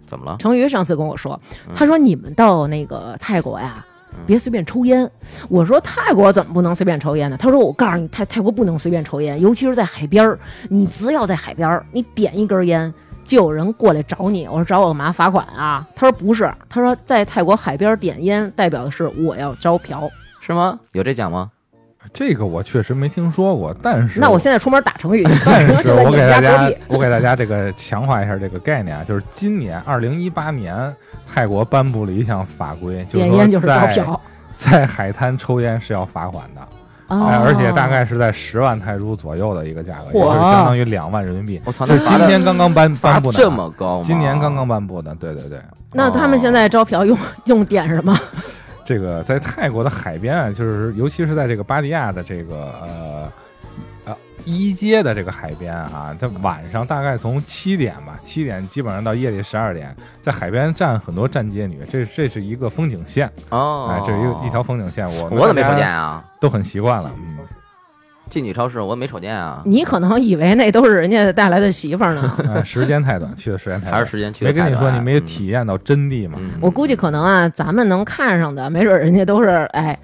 S2: 怎么了？
S1: 成宇上次跟我说，
S2: 嗯
S1: 他说你们到那个泰国呀，别随便抽烟。我说泰国怎么不能随便抽烟呢？他说我告诉你，泰泰国不能随便抽烟，尤其是在海边儿。你只要在海边儿，你点一根烟，就有人过来找你。我说找我干嘛？罚款啊？他说不是，他说在泰国海边点烟代表的是我要招嫖。
S2: 是吗？有这讲吗？
S4: 这个我确实没听说过，但是
S1: 那我现在出门打成语，
S4: 但是
S1: 就在
S4: 我
S1: 你
S4: 给
S1: 们家
S4: 大家
S1: 隔壁，，
S4: 我给大家这个强化一下这个概念啊，就是今年二零一八年，泰国颁布了一项法规，就是
S1: 点
S4: 说
S1: 烟就是招
S4: 在
S1: 嫖。
S4: 在海滩抽烟是要罚款的，
S1: 哦
S4: 哎，而且大概是在十万泰铢左右的一个价格，也
S1: 嚯
S4: 就是相当于两万人民币。
S2: 我操，
S4: 这
S2: 那
S4: 是今天刚刚颁
S2: 罚
S4: 颁布
S2: 得
S4: 的，啊
S2: 这么高吗？
S4: 今年刚刚颁布的，对对对，
S1: 那他们现在招嫖用 用点什么？
S4: 这个在泰国的海边啊，就是尤其是在这个巴迪亚的这个呃呃一街的这个海边啊，它晚上大概从七点吧，七点基本上到夜里十二点，在海边站很多站街女，这这是一个风景线，
S2: 哦，
S4: 哎，这是一个一条，风景线，我
S2: 我怎么没瞅见
S4: 见？
S2: 啊？
S4: 都很习惯了，嗯，
S2: 进女超市我没瞅见啊，
S1: 你可能以为那都是人家带来的媳妇儿呢。
S4: 呃时间太短，去的时间太
S2: 还
S4: 短
S2: 是，时间去
S4: 哎没
S2: 的
S4: 跟你
S2: 太
S4: 说
S2: 短嗯
S4: 你没体，验到真谛嘛，
S2: 嗯嗯
S1: 我估计可能啊，咱们能看上的，没准人家都是哎，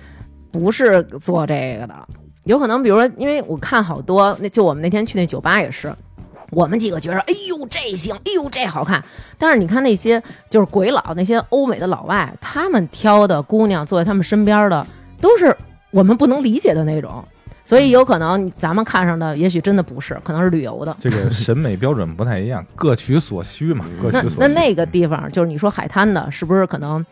S1: 不是做这个的，有可能，比如说，因为我看好多，那就我们那天去那酒吧也是。我们几个觉着，哎呦这行，哎呦这好看。但是你看那些就是鬼佬，那些欧美的老外，他们挑的姑娘坐在他们身边的，都是我们不能理解的那种。所以有可能咱们看上的，也许真的不是，可能是旅游的。
S4: 这个审美标准不太一样，各取所需嘛，各
S1: 那
S4: 取所
S1: 那
S4: 需。
S1: 那个地方，就是你说海滩的，是不是可能，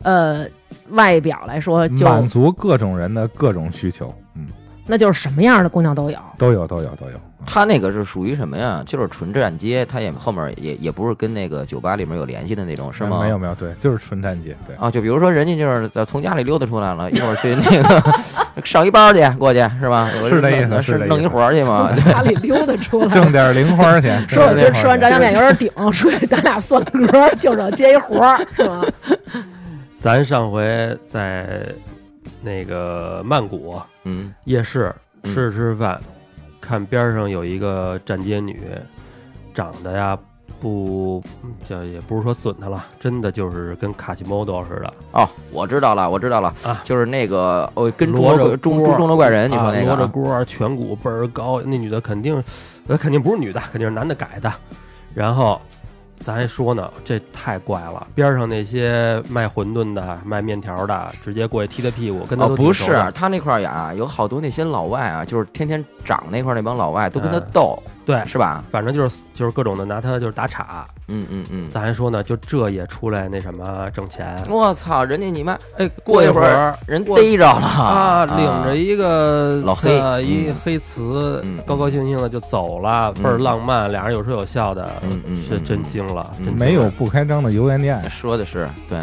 S1: 呃，外表来说就
S4: 满足各种人的各种需求，嗯，
S1: 那就是什么样的姑娘都有。
S4: 都有都有啊都有。
S2: 他那个是属于什么呀？就是纯站街，他也后面也也不是跟那个酒吧里面有联系的那种，是吗？
S4: 没有没有，对，就是纯战绩，对，
S2: 啊，就比如说人家就是在从家里溜达出来了，一会儿去那个 上一班去，过去是吧？有
S4: 是这
S2: 弄
S4: 意思
S2: 是
S4: 是这
S2: 弄
S4: 意
S2: 一
S4: 思
S2: 活儿去 嘛？
S1: 家里溜达出 来，
S4: 挣点零花钱。
S1: 说我
S4: 挣
S1: 今
S4: 点
S1: 儿吃
S4: 零花
S1: 完炸
S4: 钱
S1: 酱面有点顶，说咱俩算格，就找接一活儿，是吗？
S3: 咱上回在那个曼谷
S2: 嗯，
S3: 夜市
S2: 嗯
S3: 吃着吃着饭，看边儿上有一个站街女，长得呀不嗯叫也不是说损她了，真的就是跟卡西莫多似的，
S2: 哦，我知道了，我知道了，
S3: 啊
S2: 就是那个哦，跟
S3: 罗
S2: 中
S3: 着
S2: 国中中中国怪人，你说那个
S3: 啊、罗
S2: 啊
S3: 着锅儿，颧骨倍儿高，那女的肯定，呃，肯定不是女的，肯定是男的改的。然后咱还说呢，这太怪了，边上那些卖馄饨的、卖面条的，直接过去踢他屁股，跟他
S2: 哦，
S3: 都
S2: 不
S3: 挺熟
S2: 是
S3: 的，
S2: 他那块儿呀，有好多那些老外啊，就是天天长那块儿那帮老外都跟他
S3: 嗯
S2: 斗，
S3: 对，
S2: 是吧？
S3: 反正就是就是各种的拿他就是打岔。
S2: 嗯嗯嗯。
S3: 咱还说呢，就这也出来那什么挣钱，
S2: 我操，人家你妈
S3: 哎，
S2: 过一
S3: 一
S2: 会
S3: 儿
S2: 儿人逮着了
S3: 啊，领着一个
S2: 老黑
S3: 呃一
S2: 嗯
S3: 黑瓷
S2: 嗯，
S3: 高高兴兴的就走了，
S2: 嗯
S3: 倍儿浪漫，俩人有说有笑的
S2: 嗯嗯，
S3: 是
S2: 嗯
S3: 真惊了，
S2: 嗯
S3: 真惊
S4: 没有
S3: 了
S4: 不开张的油盐店，
S2: 啊说的是对，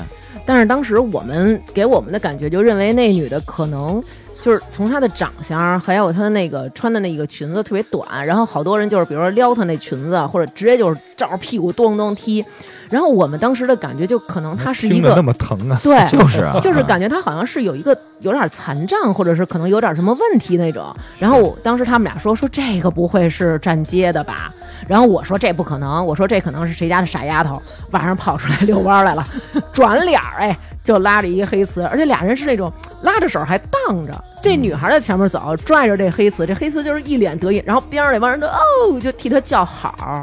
S1: 但是当时我们给我们的感觉就认为那女的可能就是从她的长相，还有她的那个穿的那个裙子特别短，然后好多人就是比如说撩她那裙子，啊或者直接就是照着屁股咚咚踢。然后我们当时的感觉就可能她是一
S4: 听着那
S1: 个
S4: 么疼 啊！
S1: 对，
S2: 就是 啊
S1: 就是感觉她好像是有一个有点残障，或者是可能有点什么问题那种。然后我当时他们俩说说这个不会是站街的吧？然后我说这不可能，我说这可能是谁家的傻丫头晚上跑出来遛弯儿来了，转脸儿哎就拉着一个黑瓷，而且俩人是那种拉着手还荡着。这女孩在前面走，拽着这黑瓷，这黑瓷就是一脸得意，然后边上那帮人都哦就替她叫好。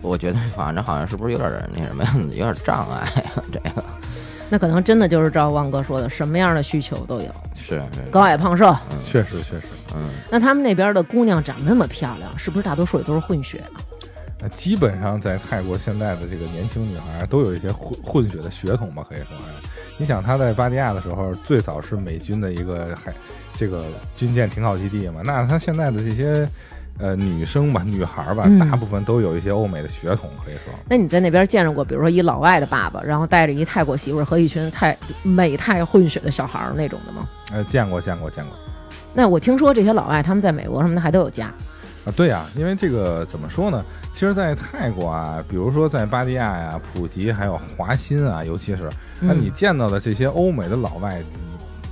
S2: 我觉得反正好像是不是有点儿那什么呀，有点儿障碍啊，这个
S1: 那可能真的就是照旺哥说的，什么样的需求都有，
S2: 是是
S1: 高矮胖瘦。
S4: 确实确实，
S2: 嗯
S1: 那他们那边的姑娘长得那么漂亮，是不是大多数也都是混血啊？
S4: 那基本上在泰国现在的这个年轻女孩都有一些混混血的血统吧，可以说。哎你想她在巴提亚的时候，最早是美军的一个海这个军舰停靠基地嘛，那她现在的这些呃女生吧、女孩吧
S1: 嗯，
S4: 大部分都有一些欧美的血统，可以说。
S1: 那你在那边见着过，比如说一老外的爸爸，然后带着一泰国媳妇儿和一群泰美泰混血的小孩儿那种的吗？
S4: 呃，见过见过见过
S1: 那我听说这些老外他们在美国什么的还都有家，
S4: 啊，对呀、因为这个怎么说呢？其实，在泰国啊，比如说在芭提雅呀、普吉还有华欣啊，尤其是那你
S1: 嗯，
S4: 见到的这些欧美的老外，你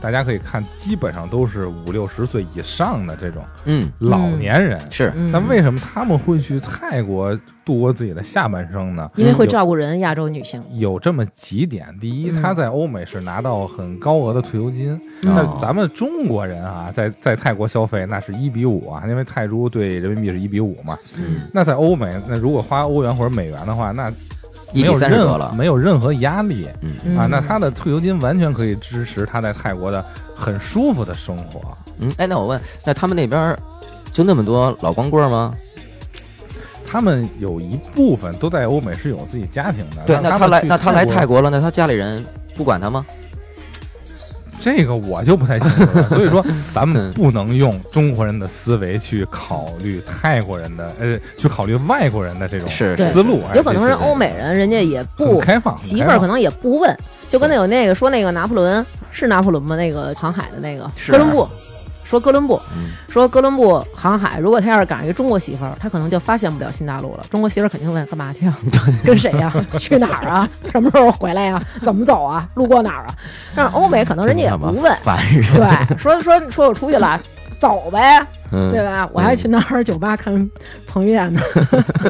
S4: 大家可以看，基本上都是五六十岁以上的这种
S2: 嗯
S4: 老年人。
S2: 是
S1: 嗯
S4: 那为什么他们会去泰国度过自己的下半生呢？
S1: 因为会
S4: 有
S1: 照顾人亚洲女性，
S4: 有这么几点：第一，
S1: 嗯
S4: 他在欧美是拿到很高额的退休金，
S2: 哦
S1: 嗯
S4: 那咱们中国人啊，在在泰国消费那是一比五啊，因为泰铢对人民币是一比五嘛。
S2: 嗯，
S4: 那在欧美，那如果花欧元或者美元的话，那
S2: 一
S4: 没
S2: 比
S4: 有
S2: 三十
S4: 任
S2: 多
S4: 何
S2: 了，
S4: 没有任何压力。
S2: 嗯
S1: 嗯
S4: 啊，那他的退休金完全可以支持他在泰国的很舒服的生活。
S2: 嗯，哎，那我问，那他们那边儿就那么多老光棍儿吗？
S4: 他们有一部分都在欧美是有自己家庭的。
S2: 对，那他
S4: 啊们
S2: 来，
S4: 去
S2: 那他来泰
S4: 泰国，
S2: 国了，那他家里人不管他吗？
S4: 这个我就不太清楚了。 所以说，咱们不能用中国人的思维去考虑泰国人的，呃，去考虑外国人的这种
S2: 是
S1: 对
S4: 思路。哎
S1: 有可能是
S4: 这这
S1: 欧美人，人家也
S4: 很
S1: 不
S4: 开放，很
S1: 媳
S4: 开
S1: 妇儿可
S4: 放
S1: 能也不问，就跟那有那个说那个拿破仑是拿破仑吗？那个航海的那个
S2: 是啊
S1: 哥伦布，说哥伦布
S2: 嗯，
S1: 说哥伦布航海，如果他要是赶上一个中国媳妇儿，他可能就发现不了新大陆了。中国媳妇儿肯定问干嘛 去啊？跟谁呀、去哪儿啊？什么时候回来呀、怎么走啊？路过哪儿啊？但是欧美可能人家
S2: 嗯
S1: 也不问，
S2: 烦人。
S1: 对，说说说我出去了。走呗，
S2: 嗯
S1: 对吧？我还去那儿酒吧看彭于晏呢。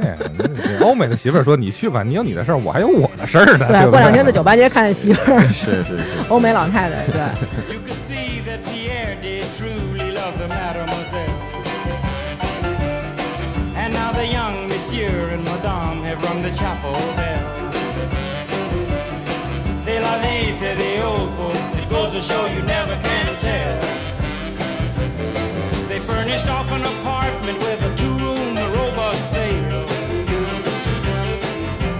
S4: 哎对，欧美的媳妇儿说：“你去吧，你有你的事儿，我还有我的事儿呢。”
S1: 对，
S4: 不
S1: 过两天在酒吧街看见媳妇儿，
S2: 啊是是是，
S1: 欧美老太太，对，
S6: You could see that Pierre did truly love the mademoiselle. And now the young monsieur and madame have rung the chapel bell. C'est la vie, say the old folks. It goes to show you never can tell. They furnished off an apartment with a two-room robot sale.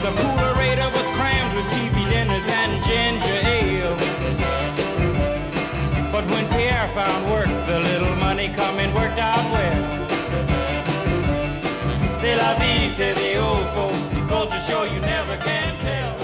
S6: The coolerator was crammed with TV dinners and ginger ale. But when Pierre found work, the little money coming worked out well. C'est la vie, say the old folks. The culture show you never can tell.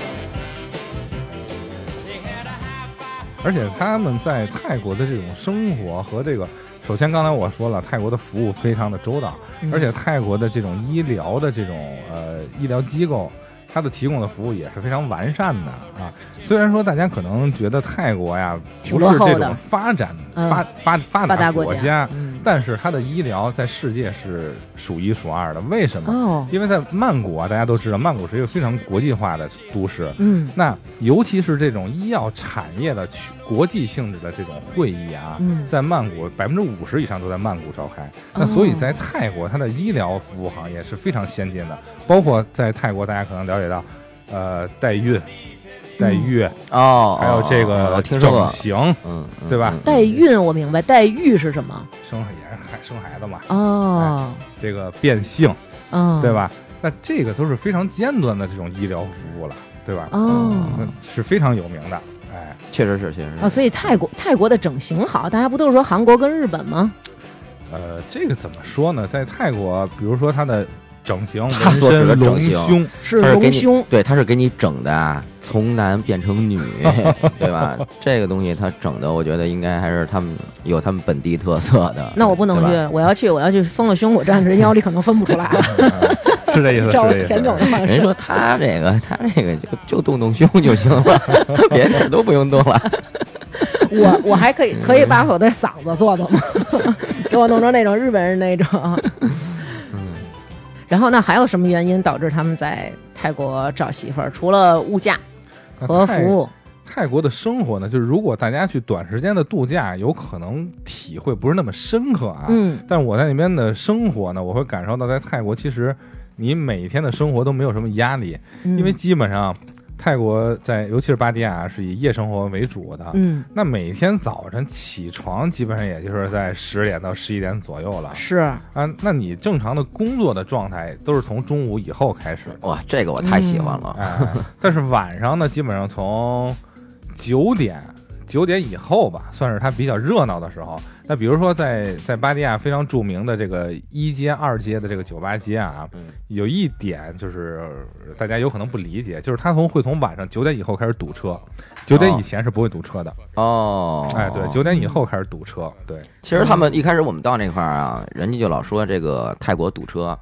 S6: They had a high five.
S4: 而且他们在泰国的这种生活和这个，首先刚才我说了，泰国的服务非常的周到，
S1: 嗯
S4: 而且泰国的这种医疗的这种呃医疗机构，它的提供的服务也是非常完善的啊。虽然说大家可能觉得泰国呀
S1: 挺
S4: 不
S1: 落
S4: 是
S1: 后的
S4: 这种发展
S1: 嗯
S4: 发发发
S1: 发达
S4: 达
S1: 国
S4: 国
S1: 家
S4: 家
S1: 嗯，
S4: 但是它的医疗在世界是数一数二的。为什
S1: 哦
S4: 么？因为在曼谷啊，大家都知道，曼谷是一个非常国际化的都市，
S1: 嗯
S4: 那尤其是这种医药产业的去国际性质的这种会议啊，
S1: 嗯
S4: 在曼谷百分之五十以上都在曼谷召开。
S1: 哦
S4: 那所以在泰国，它的医疗服务行业是非常先进的，包括在泰国，大家可能了解到，呃，代孕、代孕，
S1: 嗯
S2: 哦，
S4: 还有这
S2: 哦
S4: 个
S2: 我听说
S4: 整
S2: 过，
S4: 形，
S2: 嗯，嗯
S4: 对吧
S2: 嗯
S1: 代孕我明白，代孕是什么？
S4: 生也是孩生孩子嘛，
S1: 哦，
S4: 这个变性，
S1: 嗯，
S4: 哎对？吧？那这个都是非常尖端的这种医疗服务了，对吧？
S1: 哦。
S4: 那是非常有名的，哎，
S2: 确实是，确实是
S1: 啊，所以泰国泰国的整形好，大家不都是说韩国跟日本吗？
S4: 呃，这个怎么说呢？在泰国，比如说它的整 形、
S2: 它
S4: 纹
S2: 所指的
S4: 身、隆
S2: 整形
S4: 胸，
S1: 是
S2: 他是给
S1: 隆
S2: 你
S1: 胸，
S2: 对，他是给你整的啊，从男变成 女，对吧？这个东西他整的，我觉得应该还是他们有他们本地特色的。
S1: 那我不能
S2: 对吧
S1: 去，我要去，我要去封了胸，我站着腰里可能分不出 来了，
S4: 是这意思，是
S1: 照
S4: 这
S1: 着
S4: 意思。
S1: 前总的方
S2: 人家
S1: 式。
S2: 说他这个，他这个就就动动胸就行了， 别的都不用动了。
S1: 我我还可以可以把我的嗓子做做吗？ 给我弄成那种日本人那种。
S4: 嗯
S1: 然后那还有什么原因导致他们在泰国找媳妇儿？除了物价
S4: 那
S1: 和
S4: 泰
S1: 服务，
S4: 泰国的生活呢，就是如果大家去短时间的度假，有可能体会不是那么深刻啊。
S1: 嗯，
S4: 但我在那边的生活呢，我会感受到在泰国其实你每天的生活都没有什么压力，
S1: 因
S4: 因为基本上泰国在尤其是芭提雅是以夜生活为主的。
S1: 嗯
S4: 那每天早晨起床，基本上也就是在十点到十一点左右了
S1: 是
S4: 啊。那你正常的工作的状态都是从中午以后开始的，
S2: 哇，这个我太喜欢了。
S4: 哎，但是晚上呢，基本上从九点九点以后吧，算是它比较热闹的时候。那比如说在在巴提亚非常著名的这个一街、二街的这个酒吧街啊，
S2: 嗯
S4: 有一点就是呃大家有可能不理解，就是它从会从晚上九点以后开始堵车，九点以前是不会堵车的。
S2: 哦，
S4: 嗯哎，对，九点以后开始堵车，对，
S2: 其实他们一开始我们到那块儿啊，人家就老说这个泰国堵车，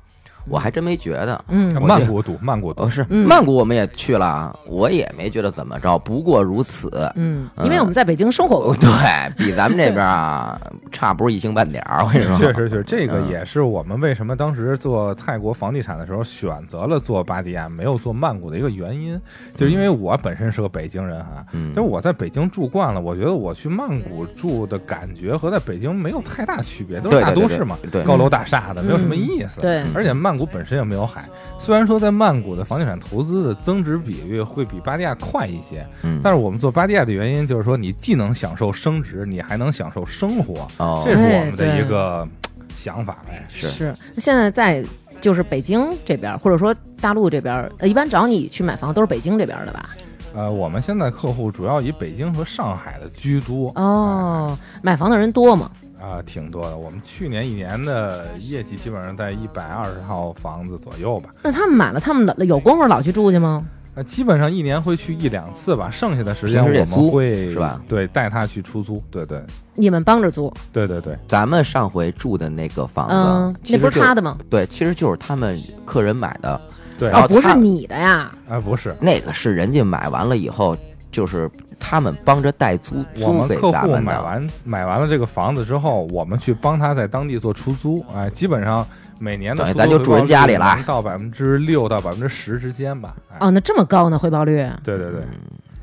S2: 我还真没觉得。
S1: 嗯
S4: 那
S2: 我
S4: 曼
S2: 就
S4: 谷堵，曼谷堵
S2: 哦，，是
S1: 嗯
S2: 曼谷我们也去了啊，我也没觉得怎么着，不过如此。
S1: 嗯，因为我们在北京生活
S2: 哦
S1: 过，，
S2: 对比咱们这边啊，差不 是一星半点儿。我跟你说，
S4: 确实是这个
S2: 嗯
S4: 也是我们为什么当时做泰国房地产的时候选择了做芭提雅，没有做曼谷的一个原因，就是因为我本身是个北京人哈，
S2: 嗯
S4: 就是我在北京住惯了，我觉得我去曼谷住的感觉和在北京没有太大区别，都是
S2: 对
S4: 大
S2: 对
S4: 都
S2: 对
S4: 市嘛，
S2: 对
S4: 高楼大厦的，没有什么意思。
S1: 对，
S4: 而且曼谷本身也没有海，虽然说在曼谷的房地产投资的增值比率会比芭提雅快一些，
S2: 嗯，
S4: 但是我们做芭提雅的原因就是说，你既能享受升值，你还能享受生活。
S2: 哦，
S4: 这是我们
S1: 哎
S4: 的
S1: 对
S4: 一个想法哎。
S2: 是
S1: 是，那现在在就是北京这边儿，或者说大陆这边儿，呃，一般找你去买房都是北京这边儿的吧？
S2: 嗯
S4: 呃，我们现在客户主要以北京和上海的居多，
S1: 哦，买房的人多吗？
S4: 啊、挺多的。我们去年一年的业绩基本上在一百二十套房子左右吧。
S1: 那他们买了，他们老有功夫老去住去吗？
S4: 那、基本上一年会去一两次吧，剩下的时间
S2: 平
S4: 我
S2: 时也
S4: 们
S2: 租
S4: 会
S2: 是吧？
S4: 对，带他去出租，对对
S1: 你们帮着租，
S4: 对对对。
S2: 咱们上回住的那个房子，啊
S1: 嗯，
S2: 其
S1: 那
S2: 实
S1: 不是
S2: 就
S1: 他的吗？
S2: 对，其实就是他们客人买的，
S4: 对
S1: 哦，
S2: 然后
S1: 不是
S2: 啊他
S1: 你的呀，
S4: 啊、不是，
S2: 那个是人家买完了以后，就是他们帮着代租
S4: 我
S2: 租
S4: 们
S2: 给
S4: 客
S2: 咱
S4: 户
S2: 们
S4: 买
S2: 的。
S4: 完买完了这个房子之后，我们去帮他在当地做出租，哎、基本上每年的
S2: 等于
S4: 出
S2: 咱
S4: 租
S2: 就
S4: 回
S2: 住
S4: 报
S2: 人家
S4: 率
S2: 里啦
S4: 能到百分之六到百分之十之间吧。哎、
S1: 哦，那这么高呢，回报率
S4: 对对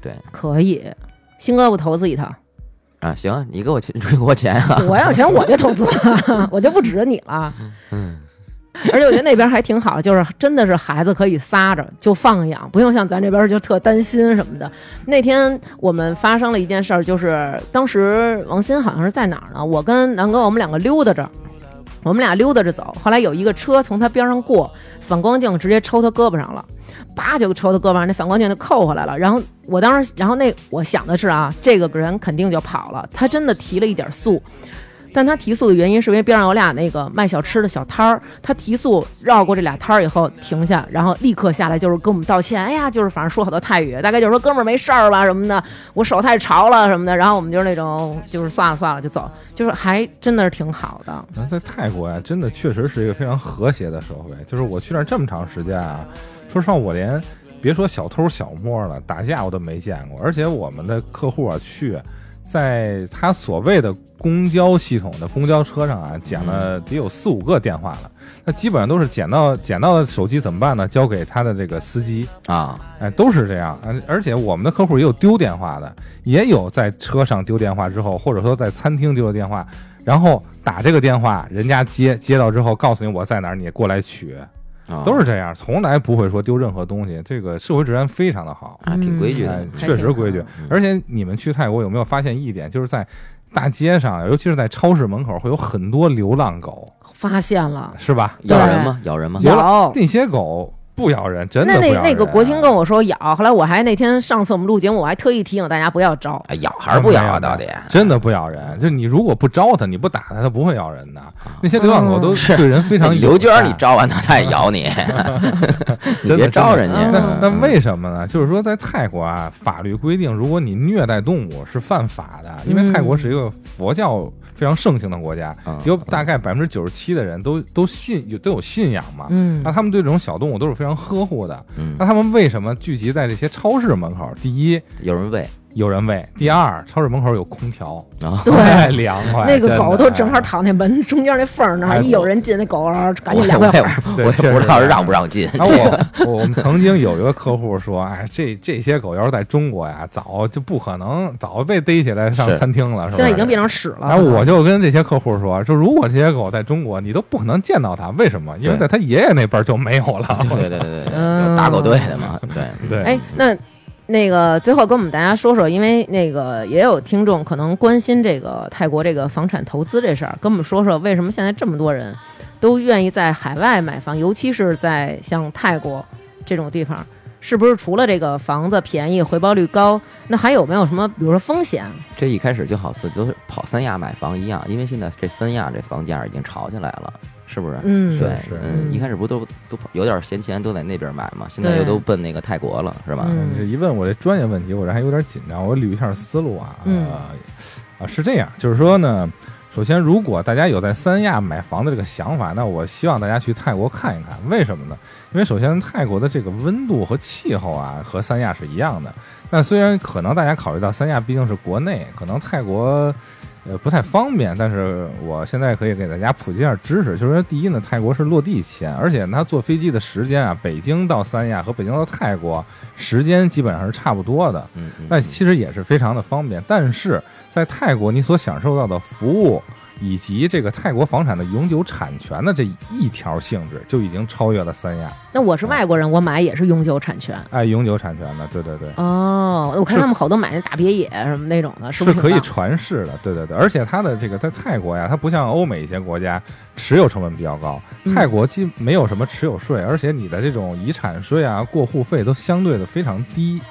S4: 对，
S2: 嗯
S1: 可以。新哥，我投资一套，
S2: 啊，行，你给我钱， 给我钱啊！
S1: 我要有钱我就投资， 我就不指着你了。
S2: 嗯，
S1: 而且我觉得那边还挺好，就是真的是孩子可以撒着就放养，不用像咱这边就特担心什么的。那天我们发生了一件事儿，就是当时王鑫好像是在哪儿呢？我跟南哥我们两个溜达着，我们俩溜达着走，后来有一个车从他边上过，反光镜直接抽他胳膊上了。叭就抽他胳膊上，那反光镜就扣回来了。然后我当时，然后那我想的是啊，这个人肯定就跑了。他真的提了一点速，但他提速的原因是因为边上有俩那个卖小吃的小摊儿，他提速绕过这俩摊儿以后停下，然后立刻下来就是跟我们道歉。哎呀，就是反正说好多泰语，大概就是说哥们儿没事儿吧什么的，我手太潮了什么的。然后我们就是那种就是算了算了就走，就是还真的是挺好的。
S4: 那在泰国呀、真的确实是一个非常和谐的社会。就是我去那儿这么长时间啊，说实话，我连别说小偷小摸了，打架我都没见过。而且我们的客户啊去，在他所谓的公交系统的公交车上啊，捡了得有四五个电话了。那基本上都是捡到捡到的手机怎么办呢？交给他的这个司机。
S2: 啊，
S4: 哎，都是这样。嗯，而且我们的客户也有丢电话的，也有在车上丢电话之后，或者说在餐厅丢了电话，然后打这个电话，人家接接到之后告诉你我在哪儿，你过来取。
S2: 啊
S4: 都是这样，从来不会说丢任何东西。这个社会治安非常的好，
S2: 啊，挺规矩的
S4: 哎，
S1: 还
S4: 确
S1: 挺
S4: 实
S1: 好
S4: 规矩
S2: 嗯。
S4: 而且你们去泰国有没有发现一点，就是在大街上，尤其是在超市门口，会有很多流浪狗，
S1: 发现了，
S4: 是吧？
S2: 咬人吗？咬人吗？
S1: 有
S4: 那些狗不咬人， 真的
S1: 那
S4: 不咬
S1: 那
S4: 人啊
S1: 那个国青跟我说咬，后来我还那天上次我们录节目，我还特意提醒大家不要招。
S2: 哎，咬还是不咬啊？到底
S4: 真的不咬人，就你如果不招它，你不打它，它不会咬人的。那些流浪狗都
S2: 是
S4: 对人非常友
S2: 啊刘娟儿，
S4: 善
S2: 你招完啊他他也 咬你，你
S4: 真
S2: 别
S4: 的啊
S2: 招人家
S1: 真。的
S4: 那
S2: 嗯
S4: 那为什么呢？就是说，在泰国啊，法律规定，如果你虐待动物是犯法的，因为
S1: 嗯
S4: 泰国是一个佛教非常盛行的国家
S2: 嗯，
S4: 有大概百分之九十七的人都都信有都有信仰嘛。
S1: 嗯
S4: 那他们对这种小动物都是非常呵护的。
S2: 嗯
S4: 那他们为什么聚集在这些超市门口？第一，
S2: 有人喂
S4: 有人喂；第二，超市门口有空调，
S2: 啊，
S1: 对
S4: 太凉快。
S1: 那个狗
S4: 哎真的啊
S1: 都正好躺那门中间那缝儿那
S4: 哎
S1: 儿，一有人进，那狗儿赶紧凉
S2: 我
S1: 快会
S2: 也
S1: 儿。
S2: 我
S4: 对
S2: 也
S4: 确实
S2: 不知道
S4: 是啊
S2: 让不让进。
S4: 然后我我我们曾经有一个客户说，哎，这这些狗要是在中国呀，早就不可能早被逮起来上
S2: 是
S4: 餐厅了，是吧？
S1: 现在已经变成屎了。
S4: 然后哎我就跟这些客户说，说如果这些狗在中国，你都不可能见到它，为什么？因为
S2: 对
S4: 在他爷爷那辈儿就没有了。
S2: 对对对对对，
S1: 嗯
S2: 有打狗队的嘛，对嗯
S4: 对，
S1: 哎，那那个最后跟我们大家说说，因为那个也有听众可能关心这个泰国这个房产投资这事儿，跟我们说说为什么现在这么多人都愿意在海外买房，尤其是在像泰国这种地方。是不是除了这个房子便宜、回报率高，那还有没有什么，比如说风险？
S2: 这一开始就好似就是跑三亚买房一样，因为现在这三亚这房价已经炒起来了，是不是？
S1: 嗯，
S2: 对
S4: 是是，
S2: 嗯，
S1: 嗯
S2: 一开始不都都跑有点闲钱都在那边买嘛，现在
S1: 对
S2: 又都奔那个泰国了，是吧？
S1: 嗯
S4: 这一问我这专业问题，我这还有点紧张，我捋一下思路啊。
S1: 嗯
S4: 呃啊，是这样，就是说呢，首先如果大家有在三亚买房的这个想法，那我希望大家去泰国看一看，为什么呢？因为首先泰国的这个温度和气候啊，和三亚是一样的。那虽然可能大家考虑到三亚毕竟是国内，可能泰国。呃，不太方便，但是我现在可以给大家普及一下知识，就是说，第一呢，泰国是落地签，而且它坐飞机的时间啊，北京到三亚和北京到泰国时间基本上是差不多的，
S2: 嗯，嗯
S4: 那其实也是非常的方便。但是在泰国，你所享受到的服务以及这个泰国房产的永久产权的这一条性质，就已经超越了三亚，
S1: 那我是外国人，我买也是永久产权。
S4: 哎，永久产权的，对对对。
S1: 哦，我看
S4: 是
S1: 他们好多买那大别野什么那种的，啊是不
S4: 是可以
S1: 很棒
S4: 传世的，对对对，而且它的这个在泰国呀，它不像欧美一些国家持有成本比较高，
S1: 嗯
S4: 泰国既没有什么持有税，而且你的这种遗产税啊、过户费都相对的非常低，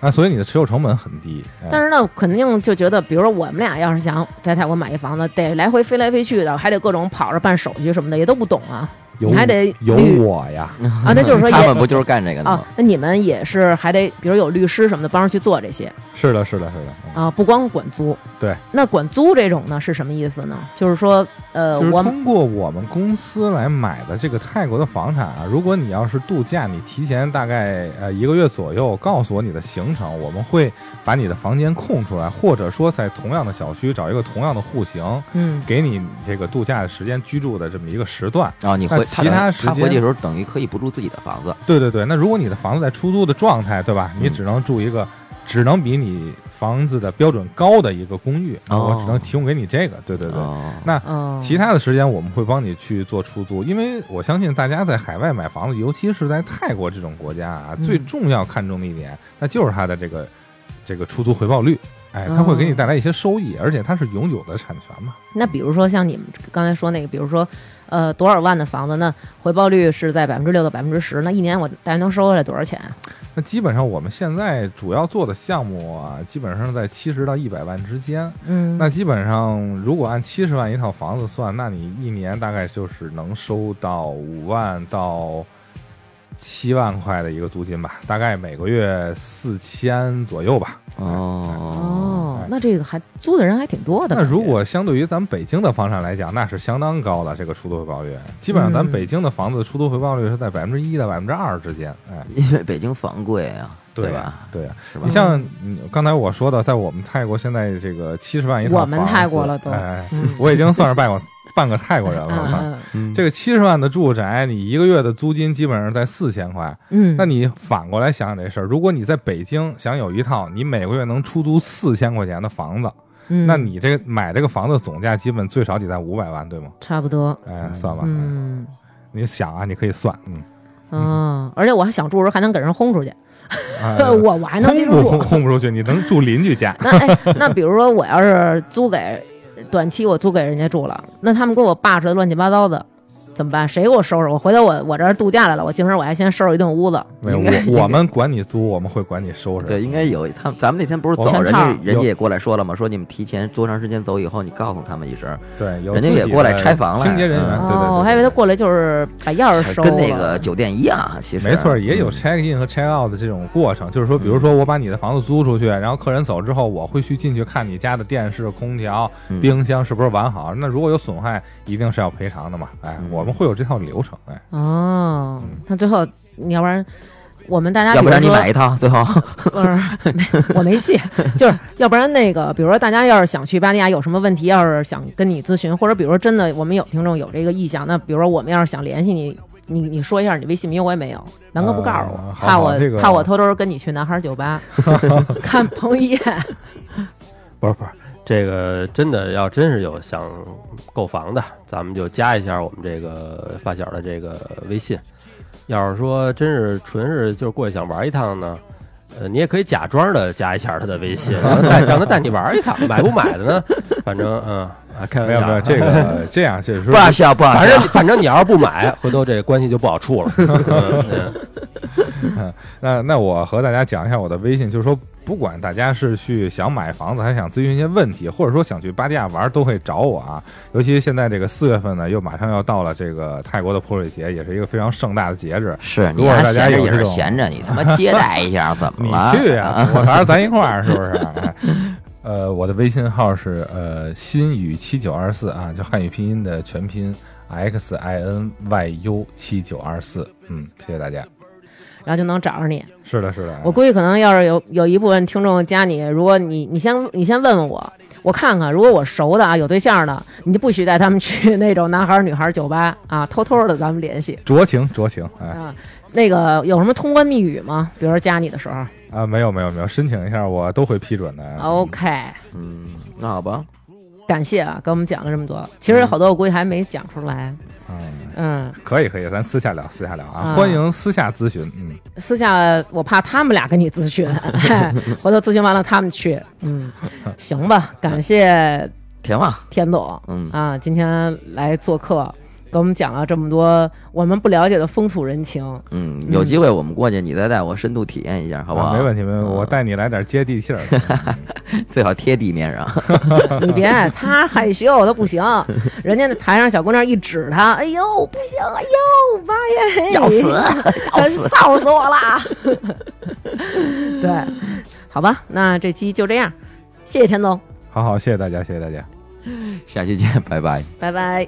S4: 啊，所以你的持有成本很低。哎
S1: 但是呢，肯定就觉得，比如说我们俩要是想在泰国买一房子，得来回飞来飞去的，还得各种跑着办手续什么的，也都不懂啊
S4: 有
S1: 你还得
S4: 有
S1: 捋
S4: 我呀，
S1: 啊！那就是说
S2: 嗯他们
S1: 也
S2: 不就是干这个的
S1: 啊
S4: 嗯
S2: 吗？，
S1: 那你们也是还得，比如有律师什么的帮着去做这些
S4: 是的，是的，是的，嗯
S1: 啊，不光管租。
S4: 对，
S1: 那管租这种呢是什么意思呢？就是说，呃，
S4: 就是
S1: 我们
S4: 通过我们公司来买的这个泰国的房产啊，如果你要是度假，你提前大概呃一个月左右告诉我你的行程，我们会把你的房间空出来，或者说在同样的小区找一个同样的户型，
S1: 嗯
S4: 给你这个度假的时间居住的这么一个时段。
S2: 啊，你
S4: 那
S2: 回
S4: 其他时
S2: 他回
S4: 间
S2: 去的时候，等于可以不住自己的房子，
S4: 对对对，那如果你的房子在出租的状态，对吧？你
S2: 嗯
S4: 只能住一个，只能比你房子的标准高的一个公寓，
S2: 哦
S4: 我只能提供给你这个。对对对。
S2: 哦
S4: 那
S1: 嗯，
S4: 其他的时间我们会帮你去做出租，因为我相信大家在海外买房子，尤其是在泰国这种国家啊，
S1: 嗯
S4: 最重要看重的一点，那就是它的这个这个出租回报率。哎，它会给你带来一些收益，而且它是永久的产权嘛。
S1: 那比如说像你们刚才说那个，比如说。呃，多少万的房子，那回报率是在百分之六到百分之十，那一年我大概能收回来多少钱啊？
S4: 那基本上我们现在主要做的项目啊，基本上在七十到一百万之间。
S1: 嗯，
S4: 那基本上如果按七十万一套房子算，那你一年大概就是能收到五万到七万块的一个租金吧，大概每个月四千左右吧。
S2: 哦，
S1: 哦
S4: 哎，
S1: 那这个还租的人还挺多的
S4: 那
S1: 感觉。
S4: 如果相对于咱们北京的房产来讲，那是相当高的这个出租回报率。基本上咱们
S1: 嗯
S4: 北京的房子出租回报率是在百分之一到百分之二之间。哎，
S2: 因为北京房贵啊，
S4: 对
S2: 吧？？
S4: 对呀，
S1: 哦
S2: 是吧
S4: 你？像你刚才我说的，在我们泰国现在这个七十万一套
S1: 我们
S4: 房子
S1: 泰国了都
S4: 哎，
S1: 嗯
S4: 我已经算是半个半个泰国人了。我操，
S1: 嗯
S2: 嗯
S4: 这个七十万的住宅，你一个月的租金基本上在四千块。
S1: 嗯，
S4: 那你反过来想想这事儿，如果你在北京想有一套你每个月能出租四千块钱的房子，
S1: 嗯
S4: 那你这个买这个房子总价基本最少得在五百万，对吗？
S1: 差不多，
S4: 哎，算吧，
S1: 嗯，
S4: 你想啊，你可以算，嗯，
S1: 嗯，而且我还想住的时候还能给人轰出去，呃
S4: 啊
S1: 我我还能
S4: 轰
S1: 接
S4: 不
S1: 受
S4: 轰
S1: 住。，
S4: 轰不出去，你能住邻居家
S1: 那哎，那比如说我要是租给短期我租给人家住了，那他们给我霸着的乱七八糟的，怎么办？谁给我收拾？我回头我我这儿度假来了，我进门我还先收拾一顿屋子。
S4: 没有
S2: 应该
S4: 我我们管你租，我们会管你收拾。
S2: 对，应该有他们。咱们那天不是
S4: 我
S2: 走，
S1: 全
S2: 人
S1: 套
S2: 家
S1: 儿
S2: 人
S4: 有
S2: 家也过来说了嘛，说你们提前多长时间走以后，你告诉他们一声。
S4: 对，有
S2: 人家
S4: 自
S2: 也
S4: 己
S2: 过来
S4: 的
S2: 拆房来
S4: 清洁人员，嗯对对对
S1: 哦，我还以为他过来就是把钥匙收了，
S2: 跟那个酒店一样，啊其实
S4: 没错，也有
S2: 嗯
S4: check in 和 check out 的这种过程，就是说，比如说我把你的房子租出去，然后客人走之后，我会去进去看你家的电视、空调、
S2: 嗯
S4: 冰箱是不是完好。那如果有损害，一定是要赔偿的嘛。哎，
S2: 嗯
S4: 我们会有这套流程。哎，
S1: 哦
S4: 嗯，
S1: 那最后你要不然我们大家
S2: 要不然
S1: 比
S2: 你
S1: 如说
S2: 买一套，最后
S1: 不是，没 我没戏。就是要不然那个，比如说大家要是想去巴利亚，有什么问题，要是想跟你咨询，或者比如说真的我们有听众有这个意向，那比如说我们要是想联系你，你你说一下你微信名，我也没有，南哥不告诉我，
S4: 啊好
S1: 怕
S4: 好
S1: 我、
S4: 这个
S1: 怕我偷偷跟你去男孩酒 吧看彭于晏。
S3: 不是不是，这个真的要真是有想购房的，咱们就加一下我们这个发小的这个微信。要是说真是纯是就是过去想玩一趟呢，呃，你也可以假装的加一下他的微信，然后带让他带你玩一趟，买不买的呢？反正嗯，啊开玩
S4: 没
S3: 笑
S4: 有
S3: 啊，
S4: 没有，这 个这样，这是
S2: 哎不让笑，不让
S3: 反 正
S2: 笑。
S3: 反正你要是不买，回头这关系就不好处了。嗯嗯
S4: 那那我和大家讲一下我的微信，就是说，不管大家是去想买房子，还是想咨询一些问题，或者说想去芭提雅玩，都会找我啊。尤其现在这个四月份呢，又马上要到了这个泰国的泼水节，也是一个非常盛大的节日。
S2: 是
S4: 如
S2: 你
S4: 果
S2: 还
S4: 大家
S2: 闲着
S4: 有
S2: 也
S4: 这
S2: 是
S4: 种
S2: 闲着，你他妈接待一下怎么
S4: 你
S2: 了？
S4: 去 呀，我还是咱一块儿，是不是？哎呃，我的微信号是呃新语七九二四啊，就汉语拼音的全拼呃 x i n y u 七九二四。嗯，谢谢大家。
S1: 然后就能找着你。
S4: 是的，是的，
S1: 我估计可能要是有有一部分听众加你，如果你你先你先问问我，我看看，如果我熟的啊有对象的，你就不许带他们去那种男孩儿女孩儿酒吧啊，偷偷的咱们联系。
S4: 酌情酌情，哎
S1: 啊，那个有什么通关密语吗？比如说加你的时候、
S4: 啊，没有没有没有，申请一下我都会批准的。
S1: ，OK，
S2: 嗯，那好吧，
S1: 感谢啊，给我们讲了这么多。其实好多我估计还没讲出来，
S4: 嗯，
S1: 嗯，
S4: 可以可以，咱私下聊私下聊啊，
S1: 啊
S4: 欢迎私下咨询。嗯，
S1: 私下我怕他们俩跟你咨 询，嘿回头咨询完了他们去，嗯，行吧，感谢
S2: 甜嘛，
S1: 田总，
S2: 嗯
S1: 啊，今天来做客，给我们讲了这么多我们不了解的风土人 情，
S2: 嗯，有机会我们过去，你再带我深度体验一下，好不好？
S4: 啊没问题没问题，
S2: 嗯
S4: 我带你来点接地气儿的。
S2: 最好贴地 面上。
S1: 你别，他害羞，他 不行。人家那台上小姑娘一指他，哎呦，不行，哎呦，妈呀，
S2: 要死
S1: 要死，臊死我了。 对，好吧，那这期就这样，谢谢田总，
S4: 好好，谢谢大家，谢谢大家。
S2: 下期见，拜拜。
S1: 拜拜。